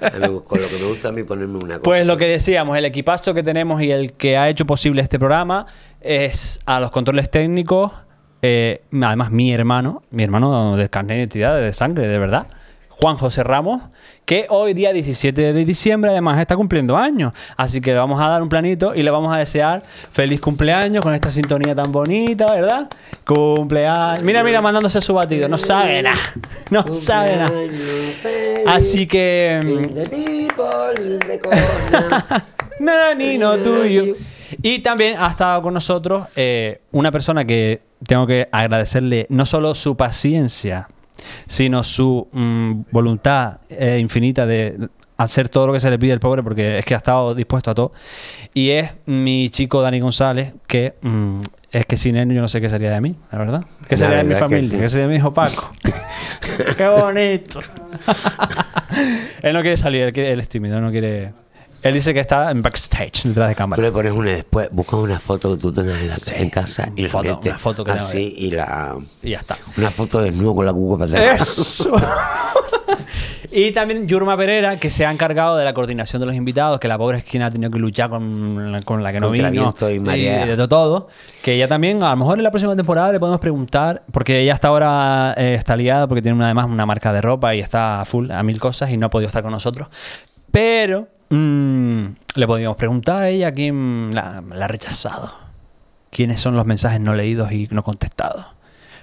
[SPEAKER 3] A mí, con lo que me gusta a mí ponerme una cosa.
[SPEAKER 2] Pues lo que decíamos, el equipazo que tenemos y el que ha hecho posible este programa es a los controles técnicos, eh, además mi hermano, mi hermano del carnet de identidad, de sangre, de verdad, Juan José Ramos, que hoy día 17 de diciembre además está cumpliendo años. Así que le vamos a dar un planito y le vamos a desear feliz cumpleaños con esta sintonía tan bonita, ¿verdad? Cumpleaños. Mira, mira, mandándose su batido. No sabe nada. No sabe nada. Así que...
[SPEAKER 3] Em,
[SPEAKER 2] mm, Nanino tuyo. Y también ha estado con nosotros eh, una persona que tengo que agradecerle no solo su paciencia, sino su mm, voluntad eh, infinita de hacer todo lo que se le pide al pobre, porque es que ha estado dispuesto a todo. Y es mi chico Dani González, que mm, es que sin él yo no sé qué sería de mí, la verdad. ¿Qué
[SPEAKER 3] La
[SPEAKER 2] sería de mi
[SPEAKER 3] verdad que
[SPEAKER 2] familia?
[SPEAKER 3] sí.
[SPEAKER 2] ¿Qué sería de mi hijo Paco? ¡Qué bonito! él no quiere salir, él, quiere- él es tímido, no quiere. Él dice que está en backstage, detrás de
[SPEAKER 3] Tú
[SPEAKER 2] cámara.
[SPEAKER 3] le pones una después, buscas una foto que tú tengas en, la-
[SPEAKER 2] Sí,
[SPEAKER 3] en casa y
[SPEAKER 2] una foto-
[SPEAKER 3] realmente
[SPEAKER 2] una foto que tenga
[SPEAKER 3] así y la
[SPEAKER 2] Y ya está.
[SPEAKER 3] una foto desnudo con la cuca para atrás.
[SPEAKER 2] ¡Eso! y también Yurma Pereira, que se ha encargado de la coordinación de los invitados, que la pobre esquina ha tenido que luchar con, la- con la que no
[SPEAKER 3] Contra
[SPEAKER 2] vino.
[SPEAKER 3] viento y marea.
[SPEAKER 2] de to- todo. Que ella también, a lo mejor en la próxima temporada le podemos preguntar, porque ella hasta ahora eh, está liada, porque tiene una- además una marca de ropa y está full a mil cosas y no ha podido estar con nosotros. Pero mm, le podríamos preguntar a ella quién la- la ha rechazado. quiénes son los mensajes no leídos y no contestados.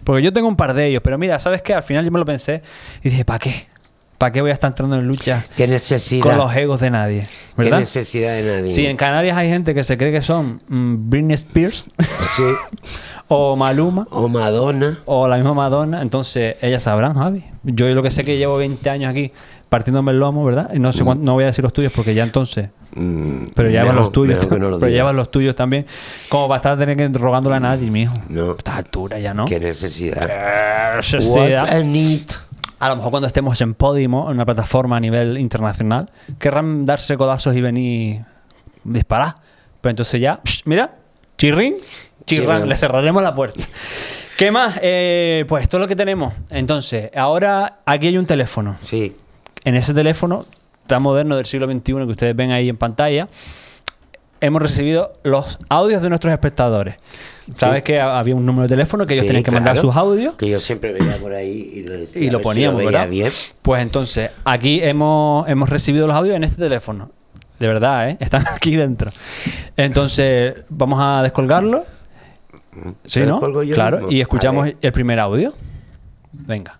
[SPEAKER 2] Porque yo tengo un par de ellos, pero mira, ¿sabes qué? Al final yo me lo pensé y dije, ¿para qué? ¿Para qué voy a estar entrando en lucha
[SPEAKER 3] Qué necesidad.
[SPEAKER 2] con los egos de nadie?
[SPEAKER 3] qué
[SPEAKER 2] ¿Verdad?
[SPEAKER 3] necesidad de nadie.
[SPEAKER 2] Si en Canarias hay gente que se cree que son mm, Britney Spears
[SPEAKER 3] Sí.
[SPEAKER 2] o Maluma
[SPEAKER 3] O Madonna.
[SPEAKER 2] o la misma Madonna, entonces ellas sabrán, Javi. Yo lo que sé que llevo 20 años aquí partiéndome el lomo, ¿verdad? Y no sé cuán- no voy a decir los tuyos porque ya entonces
[SPEAKER 3] mm,
[SPEAKER 2] pero ya
[SPEAKER 3] mejor-
[SPEAKER 2] los tuyos.
[SPEAKER 3] mejor que no lo
[SPEAKER 2] pero
[SPEAKER 3] diga.
[SPEAKER 2] llevas los tuyos también. Como para estar tener que rogándole a nadie, mijo.
[SPEAKER 3] No.
[SPEAKER 2] A estas alturas ya no.
[SPEAKER 3] Qué necesidad.
[SPEAKER 2] Eh, sí, sí,
[SPEAKER 3] What
[SPEAKER 2] da.
[SPEAKER 3] a need.
[SPEAKER 2] A lo mejor cuando estemos en Podimo, en una plataforma a nivel internacional, querrán darse codazos y venir disparar. Pero entonces ya, psh, mira, chirrín, chirrán,
[SPEAKER 3] Chirrán.
[SPEAKER 2] le cerraremos la puerta. ¿Qué más? Eh, pues todo lo que tenemos. Entonces, ahora aquí hay un teléfono
[SPEAKER 3] Sí.
[SPEAKER 2] en ese teléfono tan moderno del siglo XXI que ustedes ven ahí en pantalla, hemos recibido los audios de nuestros espectadores. Sabes que ha- había un número de teléfono que ellos
[SPEAKER 3] Sí,
[SPEAKER 2] tenían que mandar
[SPEAKER 3] claro.
[SPEAKER 2] sus audios
[SPEAKER 3] Que yo siempre veía por ahí y lo, decía,
[SPEAKER 2] y
[SPEAKER 3] a
[SPEAKER 2] lo
[SPEAKER 3] ver si
[SPEAKER 2] poníamos,
[SPEAKER 3] veía
[SPEAKER 2] ¿verdad?
[SPEAKER 3] bien.
[SPEAKER 2] Pues entonces, aquí hemos, hemos recibido los audios en este teléfono. De verdad, ¿eh? Están aquí dentro. Entonces, vamos a descolgarlo. Sí,
[SPEAKER 3] Lo
[SPEAKER 2] ¿no?
[SPEAKER 3] descolgo yo
[SPEAKER 2] Claro,
[SPEAKER 3] mismo.
[SPEAKER 2] y
[SPEAKER 3] A
[SPEAKER 2] escuchamos
[SPEAKER 3] ver.
[SPEAKER 2] el primer audio. Venga.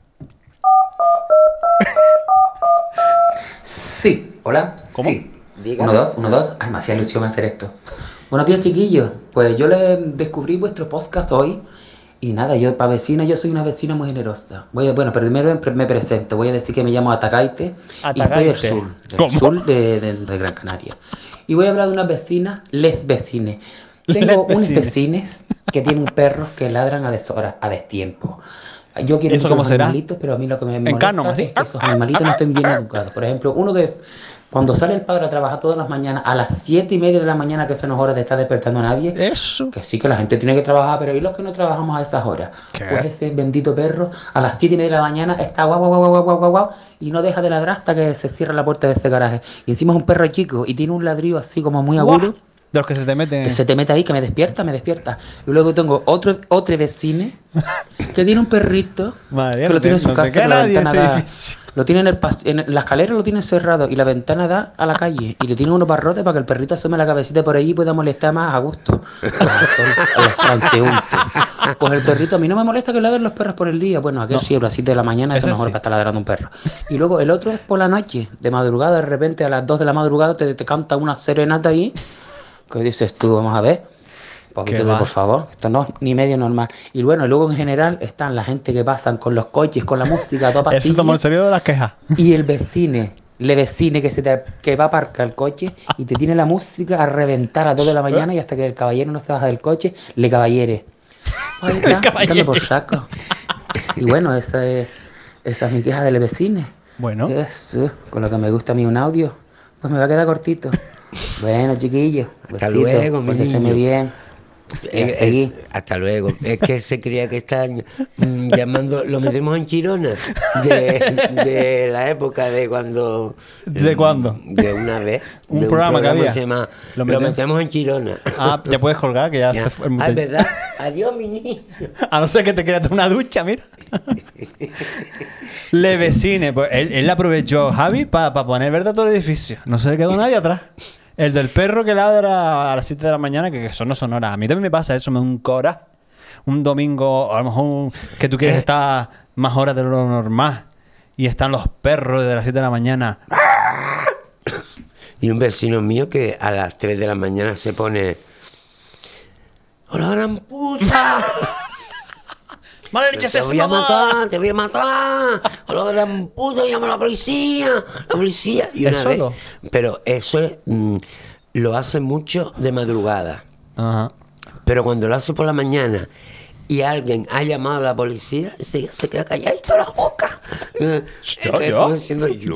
[SPEAKER 4] Sí.
[SPEAKER 5] Hola.
[SPEAKER 2] ¿Cómo?
[SPEAKER 5] Sí.
[SPEAKER 3] Diga.
[SPEAKER 4] Uno, dos, uno, dos. Ay, me hacía ilusión hacer esto. Buenos días, chiquillos. Pues yo le descubrí vuestro podcast hoy. Y nada, yo para vecina, yo soy una vecina muy generosa. Voy a- bueno, primero me- me presento. Voy a decir que me llamo Atacaite. Y
[SPEAKER 2] Atacaite.
[SPEAKER 4] estoy del sur. Del
[SPEAKER 2] ¿Cómo?
[SPEAKER 4] sur de, de- de Gran Canaria. Y voy a hablar de unas vecinas, les vecines.
[SPEAKER 2] Les
[SPEAKER 4] Tengo unos
[SPEAKER 2] vecines.
[SPEAKER 4] vecines que tienen perros que ladran a deshora, a destiempo. Yo quiero
[SPEAKER 2] ¿Y eso
[SPEAKER 4] mucho
[SPEAKER 2] cómo
[SPEAKER 4] los
[SPEAKER 2] será?
[SPEAKER 4] animalitos, pero a mí lo que me molesta
[SPEAKER 2] Canon, así.
[SPEAKER 4] es que esos animalitos no estén bien educados. Por ejemplo, uno que cuando sale el padre a trabajar todas las mañanas, a las siete y media de la mañana, que son las horas de estar despertando a nadie,
[SPEAKER 2] Eso.
[SPEAKER 4] que sí que la gente tiene que trabajar, pero ¿y los que no trabajamos a esas horas?
[SPEAKER 2] ¿Qué?
[SPEAKER 4] Pues ese bendito perro a las 7 y media de la mañana está guau, guau, guau, guau, guau, guau, guau, y no deja de ladrar hasta que se cierra la puerta de ese garaje. Y encima es un perro chico y tiene un ladrillo así como muy
[SPEAKER 2] Guau.
[SPEAKER 4] agudo.
[SPEAKER 2] De los que se te meten.
[SPEAKER 4] Que se te mete ahí, que me despierta, me despierta. Y luego tengo otro, otro vecino que tiene un perrito
[SPEAKER 2] Madre mía, no
[SPEAKER 4] que lo tiene en
[SPEAKER 2] te-
[SPEAKER 4] su
[SPEAKER 2] no te
[SPEAKER 4] casa.
[SPEAKER 2] queda
[SPEAKER 4] que la
[SPEAKER 2] nadie en
[SPEAKER 4] ventana
[SPEAKER 2] ese
[SPEAKER 4] da-
[SPEAKER 2] edificio.
[SPEAKER 4] Lo tiene en, el pas- en el- la escalera, lo tiene cerrado y la ventana da a la calle. Y le tiene unos barrotes para que el perrito asome la cabecita por ahí y pueda molestar más a gusto a los, a los transeúntes. Pues el perrito, a mí no me molesta que ladren los perros por el día. Bueno, aquel sí, a las 7 de la mañana, eso
[SPEAKER 2] Ese
[SPEAKER 4] mejor
[SPEAKER 2] sí.
[SPEAKER 4] que está ladrando un perro. Y luego el otro es por la noche, de madrugada, de repente a las 2 de la madrugada te, te canta una serenata ahí. ¿Qué dices tú? Vamos a ver. Un
[SPEAKER 2] ¿Qué
[SPEAKER 4] poquito
[SPEAKER 2] va?
[SPEAKER 4] de, por favor, esto no es ni medio normal. Y bueno, luego en general están la gente que pasan con los coches, con la música, a toda
[SPEAKER 2] Eso tomó en
[SPEAKER 4] pastilla,
[SPEAKER 2] serio las quejas.
[SPEAKER 4] y el vecino, le vecine que se te, que va a aparcar el coche y te tiene la música a reventar a 2 de la mañana y hasta que el caballero no se baja del coche, le caballere. Ahí está,
[SPEAKER 2] caballere.
[SPEAKER 4] dándole por saco. Y bueno, esa es, esa es mi queja del vecino.
[SPEAKER 2] Bueno.
[SPEAKER 4] Eso, con lo que me gusta a mí un audio, pues me va a quedar cortito. Bueno, chiquillos,
[SPEAKER 3] Hasta
[SPEAKER 4] besitos,
[SPEAKER 3] luego, mi
[SPEAKER 4] pórtense muy
[SPEAKER 3] niño.
[SPEAKER 4] bien. Y
[SPEAKER 3] Eh,
[SPEAKER 4] hasta
[SPEAKER 3] es-
[SPEAKER 4] aquí.
[SPEAKER 3] hasta luego. Es que se creía que están mm, llamando. Lo metemos en Chirona. De, de la época de cuando. mm,
[SPEAKER 2] ¿De cuándo?
[SPEAKER 3] De una vez.
[SPEAKER 2] Un
[SPEAKER 3] de
[SPEAKER 2] programa que había.
[SPEAKER 3] se llama
[SPEAKER 2] Lo
[SPEAKER 3] Lo
[SPEAKER 2] metemos-
[SPEAKER 3] metemos, en Chirona.
[SPEAKER 2] Ah, ya puedes colgar, que ya,
[SPEAKER 3] Ya.
[SPEAKER 2] se fue el
[SPEAKER 3] Ah, es
[SPEAKER 2] mute.
[SPEAKER 3] verdad. Adiós, mi niño.
[SPEAKER 2] A no ser que te quieras dar una ducha, mira. Le vecine, pues él, él aprovechó Javi para poner verde a todo el edificio. No se le quedó nadie atrás. El del perro que ladra a las 7 de la mañana, que, que son no sonoras. A mí también me pasa eso, me da un cora. Un domingo, a lo mejor un- que tú
[SPEAKER 3] Eh.
[SPEAKER 2] quieres estar más horas de lo normal. Y están los perros de las 7 de la mañana.
[SPEAKER 3] Y un vecino mío que a las 3 de la mañana se pone. ¡Hola, gran puta!
[SPEAKER 2] ¡Madre
[SPEAKER 3] te voy a matar, te voy a matar. A la gran puta, llama a la policía. La policía. Y
[SPEAKER 2] ¿Es
[SPEAKER 3] una vez,
[SPEAKER 2] solo?
[SPEAKER 3] pero eso es, mm, lo hace mucho de madrugada.
[SPEAKER 2] Ajá.
[SPEAKER 3] Pero cuando lo hace por la mañana y alguien ha llamado a la policía, se, se queda callado y se la boca. Eh, es
[SPEAKER 2] Yo,
[SPEAKER 3] que
[SPEAKER 2] yo.
[SPEAKER 3] como diciendo, yo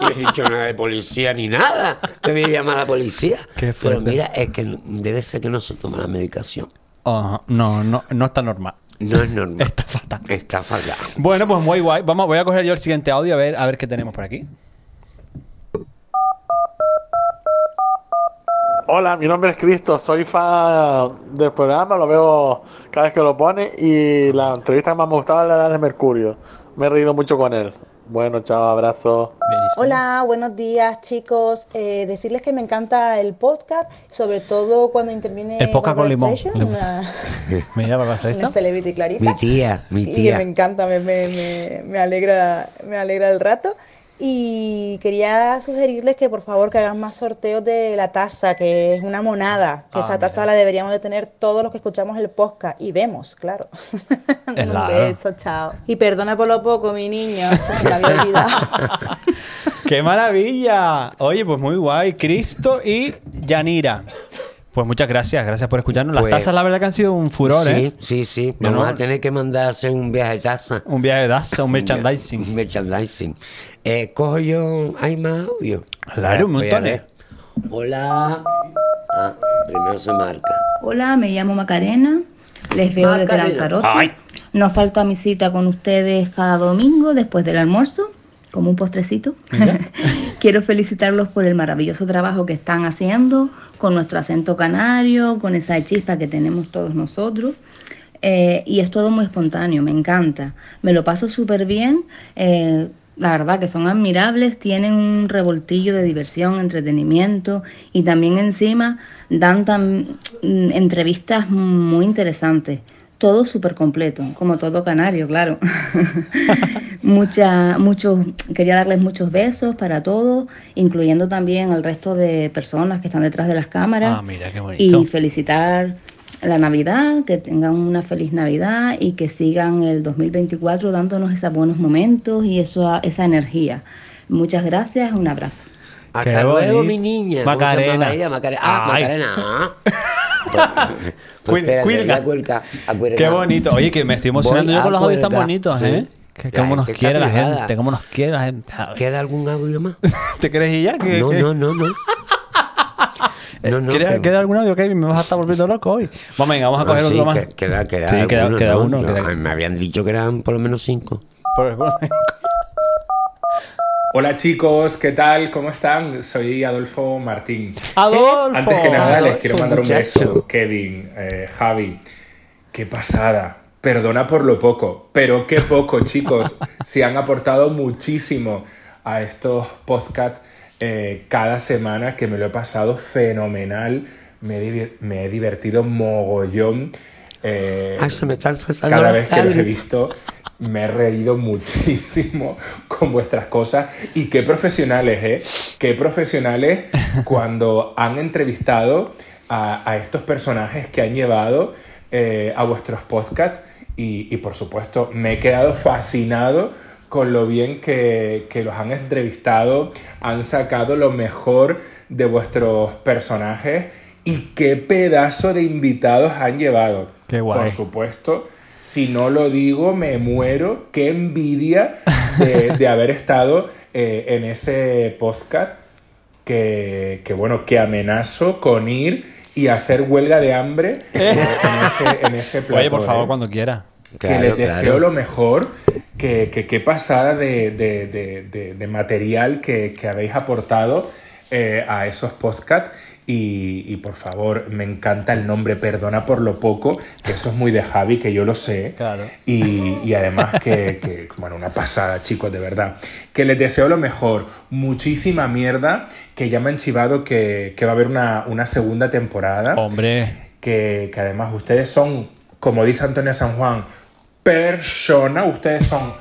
[SPEAKER 3] no he dicho nada de policía ni nada. Te voy a llamar a la policía.
[SPEAKER 2] Qué
[SPEAKER 3] Pero
[SPEAKER 2] fuerte.
[SPEAKER 3] mira, es que no- debe ser que no se toma la medicación.
[SPEAKER 2] Ajá. No, no, no está normal.
[SPEAKER 3] No es normal.
[SPEAKER 2] Está fatal.
[SPEAKER 3] Está fatal.
[SPEAKER 2] Bueno, pues muy guay. Vamos, voy a coger yo el siguiente audio a ver, a ver qué tenemos por aquí.
[SPEAKER 5] Hola, mi nombre es Cristo, soy fan del programa, lo veo cada vez que lo pone y la entrevista que más me gustaba era la de Mercurio. Me he reído mucho con él. Bueno, chao, abrazo.
[SPEAKER 6] Hola, buenos días chicos. Eh, decirles que me encanta el podcast, sobre todo cuando interviene
[SPEAKER 2] El podcast con
[SPEAKER 6] Barbra
[SPEAKER 2] limón.
[SPEAKER 6] Streisand,
[SPEAKER 2] Le-
[SPEAKER 6] Una,
[SPEAKER 2] Mira, para hacer
[SPEAKER 6] una celebrity clarita.
[SPEAKER 3] Mi tía, mi
[SPEAKER 6] Y
[SPEAKER 3] tía.
[SPEAKER 6] me encanta, me, me- me- me alegra, me alegra el rato. Y quería sugerirles que por favor que hagan más sorteos de la taza, que es una monada,
[SPEAKER 2] Ah,
[SPEAKER 6] que esa taza
[SPEAKER 2] mira.
[SPEAKER 6] la deberíamos de tener todos los que escuchamos el podcast y vemos, claro.
[SPEAKER 2] Claro.
[SPEAKER 6] Un beso, chao. Y perdona por lo poco, mi niño, se me había olvidado.
[SPEAKER 2] ¡Qué maravilla! Oye, pues muy guay. Cristo y Yanira. Pues muchas gracias, gracias por escucharnos. Las
[SPEAKER 3] Pues-
[SPEAKER 2] tazas, la verdad que han sido un furor,
[SPEAKER 3] sí,
[SPEAKER 2] ¿eh?
[SPEAKER 3] Sí, sí,
[SPEAKER 2] Mi
[SPEAKER 3] Vamos
[SPEAKER 2] amor.
[SPEAKER 3] a tener que mandar a hacer un viaje de taza.
[SPEAKER 2] Un viaje de taza, un
[SPEAKER 3] Un
[SPEAKER 2] merchandising.
[SPEAKER 3] merchandising. Eh, Cojo yo. Hay más audio.
[SPEAKER 2] Claro, un
[SPEAKER 3] Voy a
[SPEAKER 2] montón,
[SPEAKER 3] ver.
[SPEAKER 2] eh.
[SPEAKER 3] Hola. Ah, primero se marca.
[SPEAKER 7] Hola, me llamo Macarena, les veo
[SPEAKER 3] Macarena.
[SPEAKER 7] desde Lanzarote.
[SPEAKER 3] Ay.
[SPEAKER 7] No falto a mi cita con ustedes cada domingo después del almuerzo, como un postrecito. Quiero felicitarlos por el maravilloso trabajo que están haciendo con nuestro acento canario, con esa chispa que tenemos todos nosotros. Eh, y es todo muy espontáneo, me encanta. Me lo paso súper bien. eh, la verdad que son admirables, tienen un revoltillo de diversión, entretenimiento y también encima dan tam- mm, entrevistas muy interesantes. todo súper completo, como todo canario, claro. Mucha, muchos, quería darles muchos besos para todos, incluyendo también al resto de personas que están detrás de las cámaras.
[SPEAKER 2] Ah, mira, qué bonito.
[SPEAKER 7] y felicitar la Navidad, que tengan una feliz Navidad y que sigan el 2024 dándonos esos buenos momentos y eso, esa energía. Muchas gracias, un abrazo.
[SPEAKER 3] Hasta
[SPEAKER 2] Qué
[SPEAKER 3] luego,
[SPEAKER 2] bonito.
[SPEAKER 3] mi niña. ¿Cómo se llamaba
[SPEAKER 2] Macarena.
[SPEAKER 3] ella? Macarena. Ah,
[SPEAKER 2] Ay.
[SPEAKER 3] Macarena. ah. Pues- pues
[SPEAKER 2] Cuil-
[SPEAKER 3] espérate,
[SPEAKER 2] cuilga.
[SPEAKER 3] ya cuelga, acuerga.
[SPEAKER 2] Qué bonito. Oye, que me estoy emocionando
[SPEAKER 3] Voy
[SPEAKER 2] yo con
[SPEAKER 3] a
[SPEAKER 2] los audios tan
[SPEAKER 3] cuelgar,
[SPEAKER 2] bonitos,
[SPEAKER 3] sí.
[SPEAKER 2] ¿eh? Que
[SPEAKER 3] La
[SPEAKER 2] cómo nos
[SPEAKER 3] gente está
[SPEAKER 2] quiere la
[SPEAKER 3] privada.
[SPEAKER 2] gente, cómo nos quiere la gente. ¿sabes?
[SPEAKER 3] ¿Queda algún audio más?
[SPEAKER 2] ¿Te crees y ya? que-
[SPEAKER 3] No,
[SPEAKER 2] que-
[SPEAKER 3] no, no, no. No, no.
[SPEAKER 2] ¿Queda,
[SPEAKER 3] pero-
[SPEAKER 2] queda algún audio, Kevin? Me vas a estar volviendo loco hoy. Vamos, venga, vamos a
[SPEAKER 3] No,
[SPEAKER 2] coger
[SPEAKER 3] Pues sí,
[SPEAKER 2] Ah, otro más.
[SPEAKER 3] que- Queda, queda,
[SPEAKER 2] Sí, queda,
[SPEAKER 3] alguno,
[SPEAKER 2] queda
[SPEAKER 3] ¿no?
[SPEAKER 2] uno.
[SPEAKER 3] No, eh,
[SPEAKER 2] queda-
[SPEAKER 3] Me habían dicho que eran por lo menos cinco.
[SPEAKER 2] por- por-
[SPEAKER 8] Hola chicos, ¿qué tal? ¿Cómo están? Soy Adolfo Martín.
[SPEAKER 2] Adolfo.
[SPEAKER 8] Antes que nada les
[SPEAKER 3] Adolfo,
[SPEAKER 8] quiero mandar un
[SPEAKER 3] muchacho.
[SPEAKER 8] beso, Kevin, eh, Javi. Qué pasada. Perdona por lo poco, pero qué poco chicos. Se han aportado muchísimo a estos podcasts eh, cada semana que me lo he pasado fenomenal. Me he, divir- me he divertido mogollón. Eh,
[SPEAKER 3] Ah, se me están saltando las
[SPEAKER 8] cada vez que los he
[SPEAKER 3] lágrimas.
[SPEAKER 8] visto me he reído muchísimo con vuestras cosas y qué profesionales, ¿eh? Qué profesionales cuando han entrevistado a, a estos personajes que han llevado eh, a vuestros podcasts y, y, por supuesto me he quedado fascinado con lo bien que, que los han entrevistado, han sacado lo mejor de vuestros personajes y qué pedazo de invitados han llevado.
[SPEAKER 2] Qué guay.
[SPEAKER 8] Por supuesto, si no lo digo, me muero. Qué envidia de, de haber estado eh, en ese podcast que, que, bueno, que amenazo con ir y hacer huelga de hambre eh, en ese, en ese
[SPEAKER 2] Oye, por
[SPEAKER 8] plató,
[SPEAKER 2] favor,
[SPEAKER 8] ¿eh?
[SPEAKER 2] cuando quiera.
[SPEAKER 8] que
[SPEAKER 3] Claro,
[SPEAKER 8] les
[SPEAKER 3] claro.
[SPEAKER 8] deseo lo mejor, que, que qué pasada de, de- de- de- de material que, que habéis aportado eh, a esos podcasts. Y, y, por favor, me encanta el nombre, perdona por lo poco, que eso es muy de Javi, que yo lo sé.
[SPEAKER 2] Claro.
[SPEAKER 8] Y, y además que, que, bueno, una pasada, chicos, de verdad. Que les deseo lo mejor, muchísima mierda, que ya me han chivado que, que va a haber una, una segunda temporada
[SPEAKER 2] Oh, Hombre.
[SPEAKER 8] que, que además ustedes son, como dice Antonio San Juan, persona, ustedes son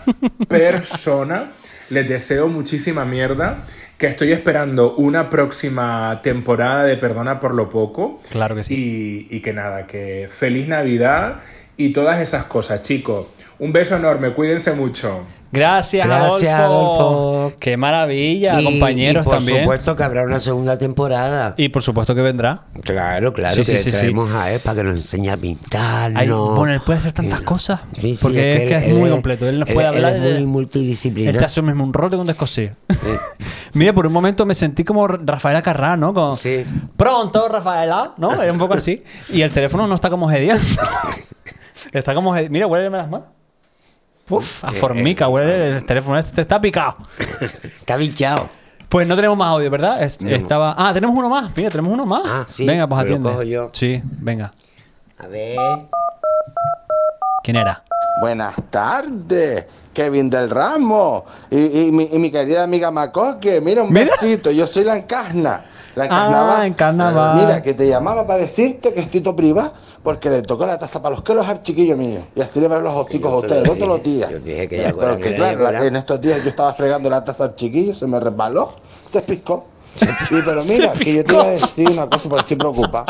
[SPEAKER 8] persona. Les deseo muchísima mierda, que estoy esperando una próxima temporada de Perdona por lo poco.
[SPEAKER 2] Claro que sí.
[SPEAKER 8] Y, y que nada, que feliz Navidad y todas esas cosas, chicos. Un beso enorme, cuídense mucho.
[SPEAKER 2] Gracias,
[SPEAKER 3] Gracias,
[SPEAKER 2] Adolfo.
[SPEAKER 3] Adolfo.
[SPEAKER 2] Qué maravilla,
[SPEAKER 3] Y-
[SPEAKER 2] compañeros
[SPEAKER 3] y por
[SPEAKER 2] también.
[SPEAKER 3] supuesto que habrá una segunda temporada.
[SPEAKER 2] Y por supuesto que vendrá.
[SPEAKER 3] Claro, claro,
[SPEAKER 2] Sí,
[SPEAKER 3] que
[SPEAKER 2] sí,
[SPEAKER 3] le
[SPEAKER 2] sí, sí.
[SPEAKER 3] traemos a él para que nos enseñe a pintar.
[SPEAKER 2] Ay,
[SPEAKER 3] ¿no?
[SPEAKER 2] bueno, él puede hacer tantas
[SPEAKER 3] Eh,
[SPEAKER 2] cosas,
[SPEAKER 3] sí, sí,
[SPEAKER 2] porque es que
[SPEAKER 3] él-
[SPEAKER 2] es muy completo, él nos puede hablar
[SPEAKER 3] Él
[SPEAKER 2] de-
[SPEAKER 3] es muy
[SPEAKER 2] Él
[SPEAKER 3] multidisciplinar.
[SPEAKER 2] te hace mismo un rol de un descosido. Mira, por un momento me sentí como Rafaela Carrá, ¿no? Como,
[SPEAKER 3] Sí.
[SPEAKER 2] Pronto, Rafaela, ¿no? Era un poco así. Y el teléfono no está como gediando. está como gedi- Mira, huéleme las manos. Uf,
[SPEAKER 3] Eh,
[SPEAKER 2] a formica, huele el teléfono este, te está picado.
[SPEAKER 3] Está bichado.
[SPEAKER 2] Pues no tenemos más audio, ¿verdad? Es- estaba... Ah, tenemos uno más. Mira, tenemos uno más.
[SPEAKER 3] Ah, sí,
[SPEAKER 2] venga, pues
[SPEAKER 3] me lo
[SPEAKER 2] atiende.
[SPEAKER 3] cojo yo.
[SPEAKER 2] Sí, venga.
[SPEAKER 3] A ver.
[SPEAKER 2] ¿Quién era?
[SPEAKER 9] Buenas tardes, Kevin del Ramo y, y mi, y mi querida amiga Macoque. Mira un
[SPEAKER 2] Mira.
[SPEAKER 9] besito, yo soy la encarna. La
[SPEAKER 2] Ah, Encarnaba.
[SPEAKER 9] Mira, que te llamaba para decirte que estoy tu priva porque le tocó la taza para los quelos al chiquillo mío. Y así le veo los hocicos a
[SPEAKER 3] Yo te lo
[SPEAKER 9] ustedes todos los
[SPEAKER 3] dije,
[SPEAKER 9] días.
[SPEAKER 3] yo dije que ya
[SPEAKER 9] Pero
[SPEAKER 3] fuera,
[SPEAKER 9] que
[SPEAKER 3] mira, ya
[SPEAKER 9] claro,
[SPEAKER 3] fuera.
[SPEAKER 9] en estos días yo estaba fregando la taza al chiquillo, se me resbaló, se picó. Y, pero mira, que yo te iba a decir una cosa porque estoy preocupada.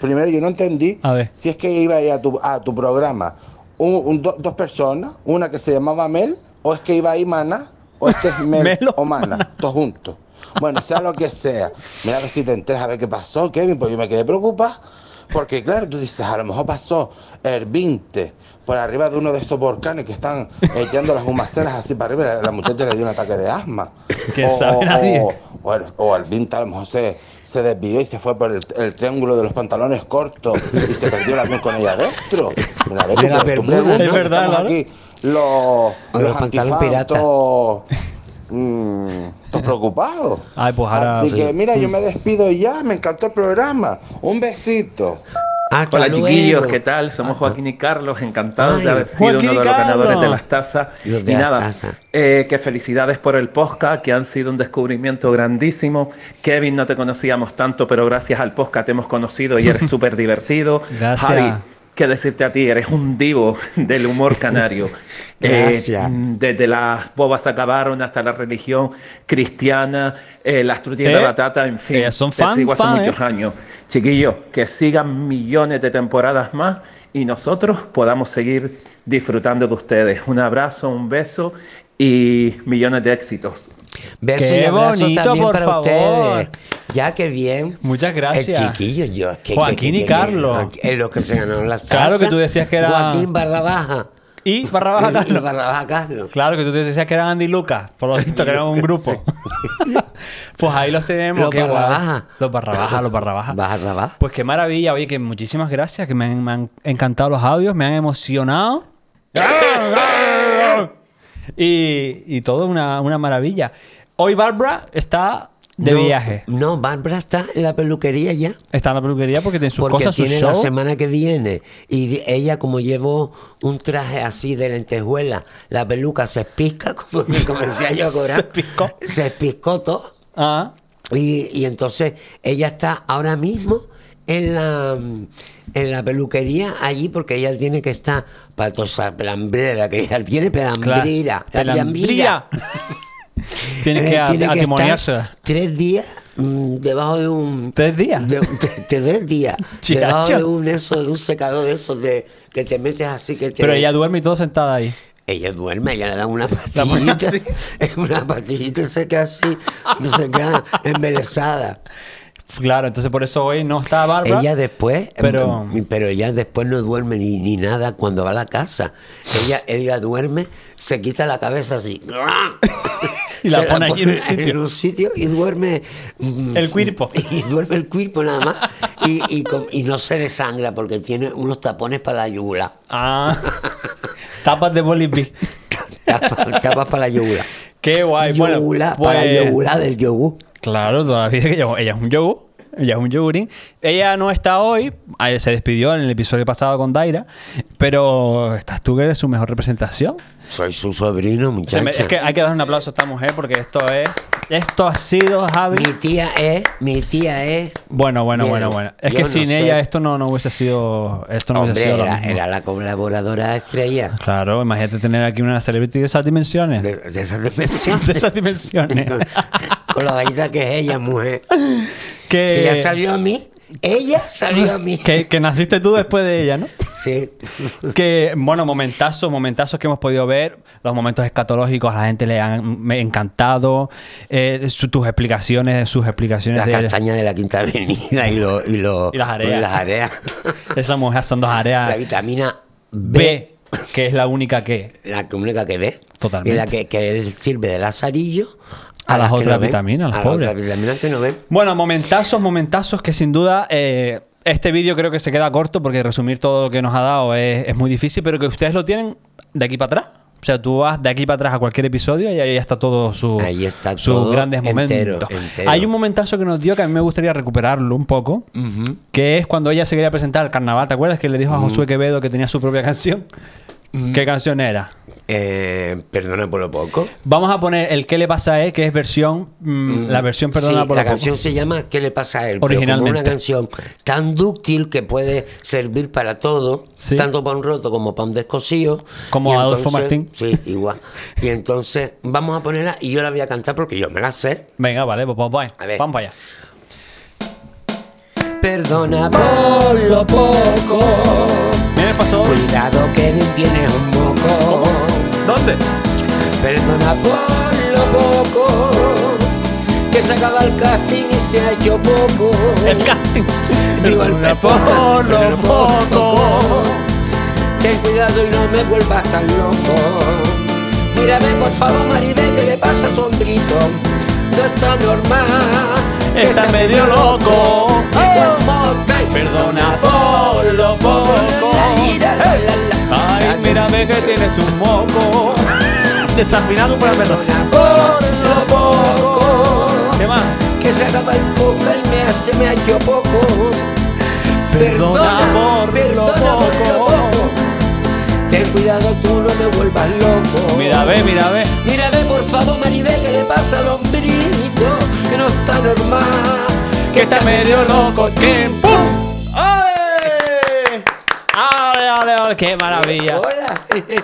[SPEAKER 9] Primero, yo no entendí
[SPEAKER 2] A ver.
[SPEAKER 9] si es que iba a ir a tu, a tu programa un- un do- dos personas, una que se llamaba Mel, o es que iba a ir Mana, o es que es Mel
[SPEAKER 2] Melo.
[SPEAKER 9] o Mana, todos juntos. Bueno, sea lo que sea. Mira a ver si te enteras a ver qué pasó, Kevin, pues yo me quedé preocupada. Porque claro, tú dices, a lo mejor pasó el 20 por arriba de uno de esos volcanes que están echando las humaceras así para arriba, la, la muchacha le dio un ataque de asma.
[SPEAKER 2] Que
[SPEAKER 9] O-
[SPEAKER 2] sabe
[SPEAKER 9] o-
[SPEAKER 2] nadie.
[SPEAKER 9] o- o el, o el Vinta a lo mejor se, se desvió y se fue por el, el triángulo de los pantalones cortos y se perdió el avión con ella adentro. Mira, ve tú
[SPEAKER 3] De la
[SPEAKER 9] pre- tú
[SPEAKER 3] Bermuda.
[SPEAKER 9] preguntas,
[SPEAKER 2] Es verdad,
[SPEAKER 9] estamos
[SPEAKER 2] Laura.
[SPEAKER 9] aquí los, los
[SPEAKER 3] Con los pantalones
[SPEAKER 9] antifans,
[SPEAKER 3] piratas.
[SPEAKER 9] todos, mm, todos preocupados.
[SPEAKER 2] Ay, pues ahora-
[SPEAKER 9] Así que
[SPEAKER 2] sí.
[SPEAKER 9] mira, yo me despido ya, me encantó el programa. Un besito.
[SPEAKER 3] Hasta
[SPEAKER 10] Hola
[SPEAKER 3] luego.
[SPEAKER 10] chiquillos, ¿qué tal?
[SPEAKER 9] Ah,
[SPEAKER 10] Somos Joaquín y Carlos, encantados
[SPEAKER 3] Ay,
[SPEAKER 10] de haber sido
[SPEAKER 2] Joaquín y
[SPEAKER 10] uno de los
[SPEAKER 2] Carlos.
[SPEAKER 10] ganadores de las tazas.
[SPEAKER 3] Los de
[SPEAKER 10] y
[SPEAKER 3] las
[SPEAKER 10] nada,
[SPEAKER 3] tazas.
[SPEAKER 10] eh, que felicidades por el podcast, que han sido un descubrimiento grandísimo. Kevin, no te conocíamos tanto, pero gracias al podcast te hemos conocido y eres súper divertido.
[SPEAKER 2] Gracias. Eh,
[SPEAKER 10] Javi, que decirte a ti, eres un divo del humor canario. Eh,
[SPEAKER 3] Gracias.
[SPEAKER 10] desde las bobas acabaron hasta la religión cristiana, eh, las tortillas
[SPEAKER 2] Eh,
[SPEAKER 10] de batata, en fin.
[SPEAKER 2] eh, son
[SPEAKER 10] te
[SPEAKER 2] fan,
[SPEAKER 10] sigo hace
[SPEAKER 2] fan,
[SPEAKER 10] muchos
[SPEAKER 2] eh.
[SPEAKER 10] años. Chiquillos, que sigan millones de temporadas más y nosotros podamos seguir disfrutando de ustedes. Un abrazo, un beso y millones de éxitos. mm,
[SPEAKER 3] Beso
[SPEAKER 2] Qué
[SPEAKER 3] y abrazo
[SPEAKER 2] bonito,
[SPEAKER 3] también
[SPEAKER 2] por
[SPEAKER 3] para
[SPEAKER 2] favor.
[SPEAKER 3] ustedes. Ya, qué bien.
[SPEAKER 2] Muchas gracias.
[SPEAKER 3] El chiquillo, yo. es que-
[SPEAKER 2] Joaquín
[SPEAKER 3] que-
[SPEAKER 2] y
[SPEAKER 3] que-
[SPEAKER 2] Carlos.
[SPEAKER 3] Joaquín- Es lo que se ganaron las
[SPEAKER 2] Claro
[SPEAKER 3] tazas.
[SPEAKER 2] que tú decías que era-
[SPEAKER 3] Joaquín barra baja.
[SPEAKER 2] Y barra baja,
[SPEAKER 3] Y- Y
[SPEAKER 2] Carlos.
[SPEAKER 3] barra baja Carlos.
[SPEAKER 2] Claro, que tú te decías que eran Andy y Lucas, por lo visto que eran un grupo. pues ahí los tenemos.
[SPEAKER 3] Los
[SPEAKER 2] qué
[SPEAKER 3] barra
[SPEAKER 2] guay.
[SPEAKER 3] baja.
[SPEAKER 2] Los barra baja, los barra baja.
[SPEAKER 3] Barra baja.
[SPEAKER 2] Pues qué maravilla, oye, que muchísimas gracias, que me han, me han encantado los audios, me han emocionado. y, y todo una, una maravilla. Hoy Barbara está de
[SPEAKER 3] No,
[SPEAKER 2] viaje.
[SPEAKER 3] No, Bárbara está en la peluquería ya.
[SPEAKER 2] Está en la peluquería porque tiene sus
[SPEAKER 3] porque
[SPEAKER 2] cosas, sus
[SPEAKER 3] tiene
[SPEAKER 2] shows.
[SPEAKER 3] la semana que viene. Y di- ella, como llevó un traje así de lentejuela, la peluca se pisca, como me comencé yo a cobrar.
[SPEAKER 2] Se picó.
[SPEAKER 3] Se piscó todo.
[SPEAKER 2] Ah,
[SPEAKER 3] Y, y entonces ella está ahora mismo en la, en la peluquería allí porque ella tiene que estar para tosar pelambrera, que ella tiene pelambrera. la
[SPEAKER 2] Pelambrilla. Tienes
[SPEAKER 3] Eh,
[SPEAKER 2] que a-
[SPEAKER 3] tiene que
[SPEAKER 2] atimonearse.
[SPEAKER 3] estar tres días mm, debajo de un...
[SPEAKER 2] ¿Tres días?
[SPEAKER 3] de- de- tres días.
[SPEAKER 2] Chacho.
[SPEAKER 3] debajo de un, eso, de un secador de esos de, que te metes así que te...
[SPEAKER 2] Pero ella duerme y todo sentada ahí.
[SPEAKER 3] Ella duerme, ella le dan una
[SPEAKER 2] La pone
[SPEAKER 3] pastillita.
[SPEAKER 2] así.
[SPEAKER 3] Es una pastillita y se queda así, se queda embelesada.
[SPEAKER 2] Claro, entonces por eso hoy no está Bárbara.
[SPEAKER 3] Ella después,
[SPEAKER 2] Pero-
[SPEAKER 3] pero, pero ella después no duerme ni, ni nada cuando va a la casa. Ella, ella duerme, se quita la cabeza así.
[SPEAKER 2] Y la
[SPEAKER 3] Se
[SPEAKER 2] pone allí en un sitio.
[SPEAKER 3] en un sitio y duerme. mm,
[SPEAKER 2] El cuerpo.
[SPEAKER 3] Y duerme el cuerpo nada más. Y, y com- y no se desangra porque tiene unos tapones para la yugula.
[SPEAKER 2] Ah. Tapas de Bolivia.
[SPEAKER 3] Tapas, tapas para la yugula.
[SPEAKER 2] Qué guay. Bueno,
[SPEAKER 3] Yugula,
[SPEAKER 2] pues-
[SPEAKER 3] Para la yugula del yogur.
[SPEAKER 2] Claro, todavía que ella, ella es un yogur. Ella es un yogurín. Ella no está hoy. ayer Se despidió en el episodio pasado con Daira. Pero estás tú que eres su mejor representación.
[SPEAKER 3] Soy su sobrino,
[SPEAKER 2] Se
[SPEAKER 3] muchacha.
[SPEAKER 2] me- es que hay que dar un aplauso a esta mujer porque esto es. Esto ha sido, Javi.
[SPEAKER 3] Mi tía es, mi tía es.
[SPEAKER 2] Bueno, bueno,
[SPEAKER 3] Mira,
[SPEAKER 2] bueno, bueno. Es
[SPEAKER 3] yo
[SPEAKER 2] que
[SPEAKER 3] no
[SPEAKER 2] sin
[SPEAKER 3] sé.
[SPEAKER 2] ella esto no, no hubiese sido. Esto no
[SPEAKER 3] Hombre,
[SPEAKER 2] hubiese sido lo
[SPEAKER 3] era,
[SPEAKER 2] mismo.
[SPEAKER 3] era la colaboradora estrella
[SPEAKER 2] Claro, imagínate tener aquí una celebrity de esas dimensiones.
[SPEAKER 3] de,
[SPEAKER 2] De,
[SPEAKER 3] de esas dimensiones.
[SPEAKER 2] esas dimensiones.
[SPEAKER 3] Con- Con la vaina que es ella, mujer. Que
[SPEAKER 2] que,
[SPEAKER 3] ya salió a mí. Ella salió a mí.
[SPEAKER 2] que, que naciste tú después de ella, ¿no?
[SPEAKER 3] Sí.
[SPEAKER 2] Que, bueno, momentazos, momentazos que hemos podido ver. Los momentos escatológicos a la gente le han me encantado. eh, su- tus explicaciones, sus explicaciones
[SPEAKER 3] La
[SPEAKER 2] de
[SPEAKER 3] castaña de la Quinta Avenida y, lo, y, lo-
[SPEAKER 2] Y las areas.
[SPEAKER 3] y las areas.
[SPEAKER 2] esa mujer son dos
[SPEAKER 3] La
[SPEAKER 2] áreas
[SPEAKER 3] vitamina B,
[SPEAKER 2] B, que es la única que.
[SPEAKER 3] la que única que ve.
[SPEAKER 2] Totalmente.
[SPEAKER 3] Y la que, que él sirve de lazarillo
[SPEAKER 2] A las
[SPEAKER 3] que
[SPEAKER 2] otras
[SPEAKER 3] no ven,
[SPEAKER 2] vitaminas, las
[SPEAKER 3] a
[SPEAKER 2] pobres.
[SPEAKER 3] otras vitaminas que no ven.
[SPEAKER 2] Bueno, momentazos, momentazos que sin duda eh, este vídeo creo que se queda corto porque resumir todo lo que nos ha dado es, es muy difícil, pero que ustedes lo tienen de aquí para atrás. O sea, tú vas de aquí para atrás a cualquier episodio y ahí está todo su,
[SPEAKER 3] Ahí está
[SPEAKER 2] sus
[SPEAKER 3] todo
[SPEAKER 2] grandes momentos.
[SPEAKER 3] entero, entero.
[SPEAKER 2] Hay un momentazo que nos dio que a mí me gustaría recuperarlo un poco, que es cuando ella se quería presentar al carnaval. ¿Te acuerdas que le dijo a Josué Quevedo que tenía su propia canción? ¿Qué canción era?
[SPEAKER 3] Eh, perdona por lo poco.
[SPEAKER 2] Vamos a poner el ¿Qué le pasa a él? que es versión, mm, la versión perdona
[SPEAKER 3] Sí,
[SPEAKER 2] por
[SPEAKER 3] la
[SPEAKER 2] lo poco.
[SPEAKER 3] canción se llama ¿Qué le pasa a él? Pero
[SPEAKER 2] Originalmente.
[SPEAKER 3] Como una canción tan dúctil que puede servir para todo,
[SPEAKER 2] Sí.
[SPEAKER 3] tanto para un roto como para un descosido.
[SPEAKER 2] Como
[SPEAKER 3] Y
[SPEAKER 2] Adolfo Martín.
[SPEAKER 3] Sí, igual. Y entonces vamos a ponerla y yo la voy a cantar porque yo me la sé.
[SPEAKER 2] Venga, vale, pues vamos
[SPEAKER 3] A
[SPEAKER 2] para allá.
[SPEAKER 3] ver.
[SPEAKER 2] Vamos para allá.
[SPEAKER 3] Perdona por lo poco,
[SPEAKER 2] Mira el pasador.
[SPEAKER 3] cuidado que bien tienes un moco.
[SPEAKER 2] ¿Dónde?
[SPEAKER 3] Perdona por lo poco, que se acaba el casting y se ha hecho poco.
[SPEAKER 2] El casting.
[SPEAKER 3] Digo el
[SPEAKER 2] poco,
[SPEAKER 3] pepoca, pero
[SPEAKER 2] lo
[SPEAKER 3] el
[SPEAKER 2] poco.
[SPEAKER 3] poco. Ten cuidado y no me vuelvas tan loco. Mírame por favor, Maribel, que le pasa a sombrito. No está normal.
[SPEAKER 2] Está medio loco.
[SPEAKER 3] Igual mota y
[SPEAKER 2] Perdona por lo poco.
[SPEAKER 3] La ira, la, la, la.
[SPEAKER 2] Ay, mírame que tienes un moco. Desafinado por el perro.
[SPEAKER 3] Por lo poco.
[SPEAKER 2] ¿Qué más?
[SPEAKER 3] Que se acaba el poco y me hace, me ha hecho poco. Perdona, perdona por lo poco. Ten cuidado, tú no me vuelvas loco.
[SPEAKER 2] Mira, ve, mira, ve.
[SPEAKER 3] Mira, ve por favor, Maribel, que le pasa al hombrito, que no está normal, que está medio loco, que
[SPEAKER 2] ¡Ay! ¡A ole, ole! ¡Qué maravilla!
[SPEAKER 3] Hola.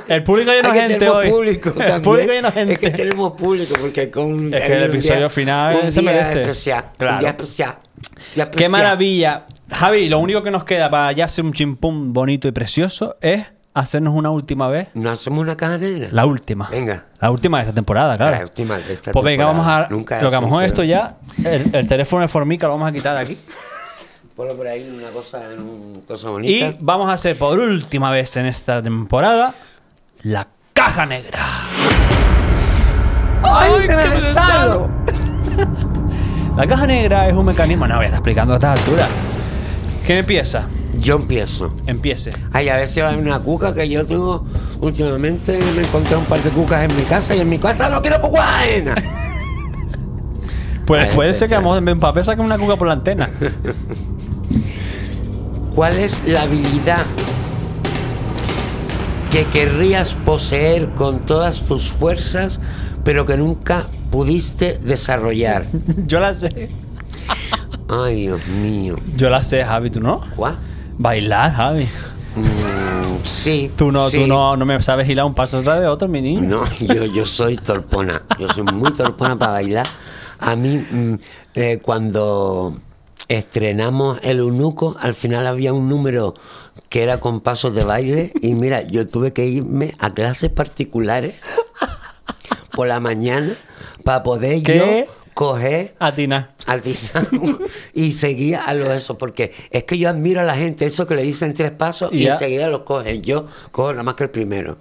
[SPEAKER 2] El público lleno
[SPEAKER 3] Es que
[SPEAKER 2] gente
[SPEAKER 3] tenemos
[SPEAKER 2] hoy.
[SPEAKER 3] público
[SPEAKER 2] El
[SPEAKER 3] también.
[SPEAKER 2] público lleno gente.
[SPEAKER 3] Es que tenemos público porque con
[SPEAKER 2] Es que el
[SPEAKER 3] un
[SPEAKER 2] episodio
[SPEAKER 3] día-
[SPEAKER 2] final
[SPEAKER 3] un
[SPEAKER 2] se
[SPEAKER 3] día
[SPEAKER 2] merece.
[SPEAKER 3] especial,
[SPEAKER 2] Claro.
[SPEAKER 3] un día especial, un día
[SPEAKER 2] ¡Qué
[SPEAKER 3] especial.
[SPEAKER 2] maravilla! Javi, lo único que nos queda para ya hacer un chimpún bonito y precioso es hacernos una última vez.
[SPEAKER 3] No hacemos una caja negra.
[SPEAKER 2] La última.
[SPEAKER 3] Venga.
[SPEAKER 2] La última de esta temporada, claro.
[SPEAKER 3] La última de esta
[SPEAKER 2] Pues venga, vamos
[SPEAKER 3] temporada.
[SPEAKER 2] a.
[SPEAKER 3] Nunca
[SPEAKER 2] lo que vamos a
[SPEAKER 3] es
[SPEAKER 2] esto ya. El, el teléfono de Formica lo vamos a quitar de aquí.
[SPEAKER 3] Ponlo por ahí en una cosa, en una cosa
[SPEAKER 2] Y
[SPEAKER 3] bonita.
[SPEAKER 2] vamos a hacer por última vez en esta temporada la caja negra. ¡Ay, qué pesado! La caja negra es un mecanismo. No voy a estar explicando a estas alturas. ¿Quién empieza?
[SPEAKER 3] Yo empiezo.
[SPEAKER 2] Empiece.
[SPEAKER 3] Ay, a veces va una cuca que yo tengo. Últimamente me encontré un par de cucas en mi casa y en mi casa no quiero cucaena.
[SPEAKER 2] Pues
[SPEAKER 3] Ay,
[SPEAKER 2] puede
[SPEAKER 3] este,
[SPEAKER 2] ser que
[SPEAKER 3] este.
[SPEAKER 2] vamos en papel saquen una cuca por la antena.
[SPEAKER 3] ¿Cuál es la habilidad que querrías poseer con todas tus fuerzas, pero que nunca pudiste desarrollar?
[SPEAKER 2] Yo la sé.
[SPEAKER 3] Ay, Dios mío.
[SPEAKER 2] Yo la sé, Javi, ¿tú no?
[SPEAKER 3] ¿Cuál?
[SPEAKER 2] Bailar, Javi.
[SPEAKER 3] Mm, sí.
[SPEAKER 2] Tú no,
[SPEAKER 3] sí.
[SPEAKER 2] tú no, no me sabes hilar un paso atrás de otro, mi niño.
[SPEAKER 3] No, yo, yo soy torpona. Yo soy muy torpona para bailar. A mí, mm, eh, cuando estrenamos El Eunuco, al final había un número que era con pasos de baile. Y mira, yo tuve que irme a clases particulares por la mañana para poder
[SPEAKER 2] ¿Qué?
[SPEAKER 3] yo coger
[SPEAKER 2] Atina.
[SPEAKER 3] al Dinamo y seguía a lo eso, porque es que yo admiro a la gente, eso que le dicen tres pasos y
[SPEAKER 2] Ya.
[SPEAKER 3] enseguida los cogen. Yo cojo nada más que el primero,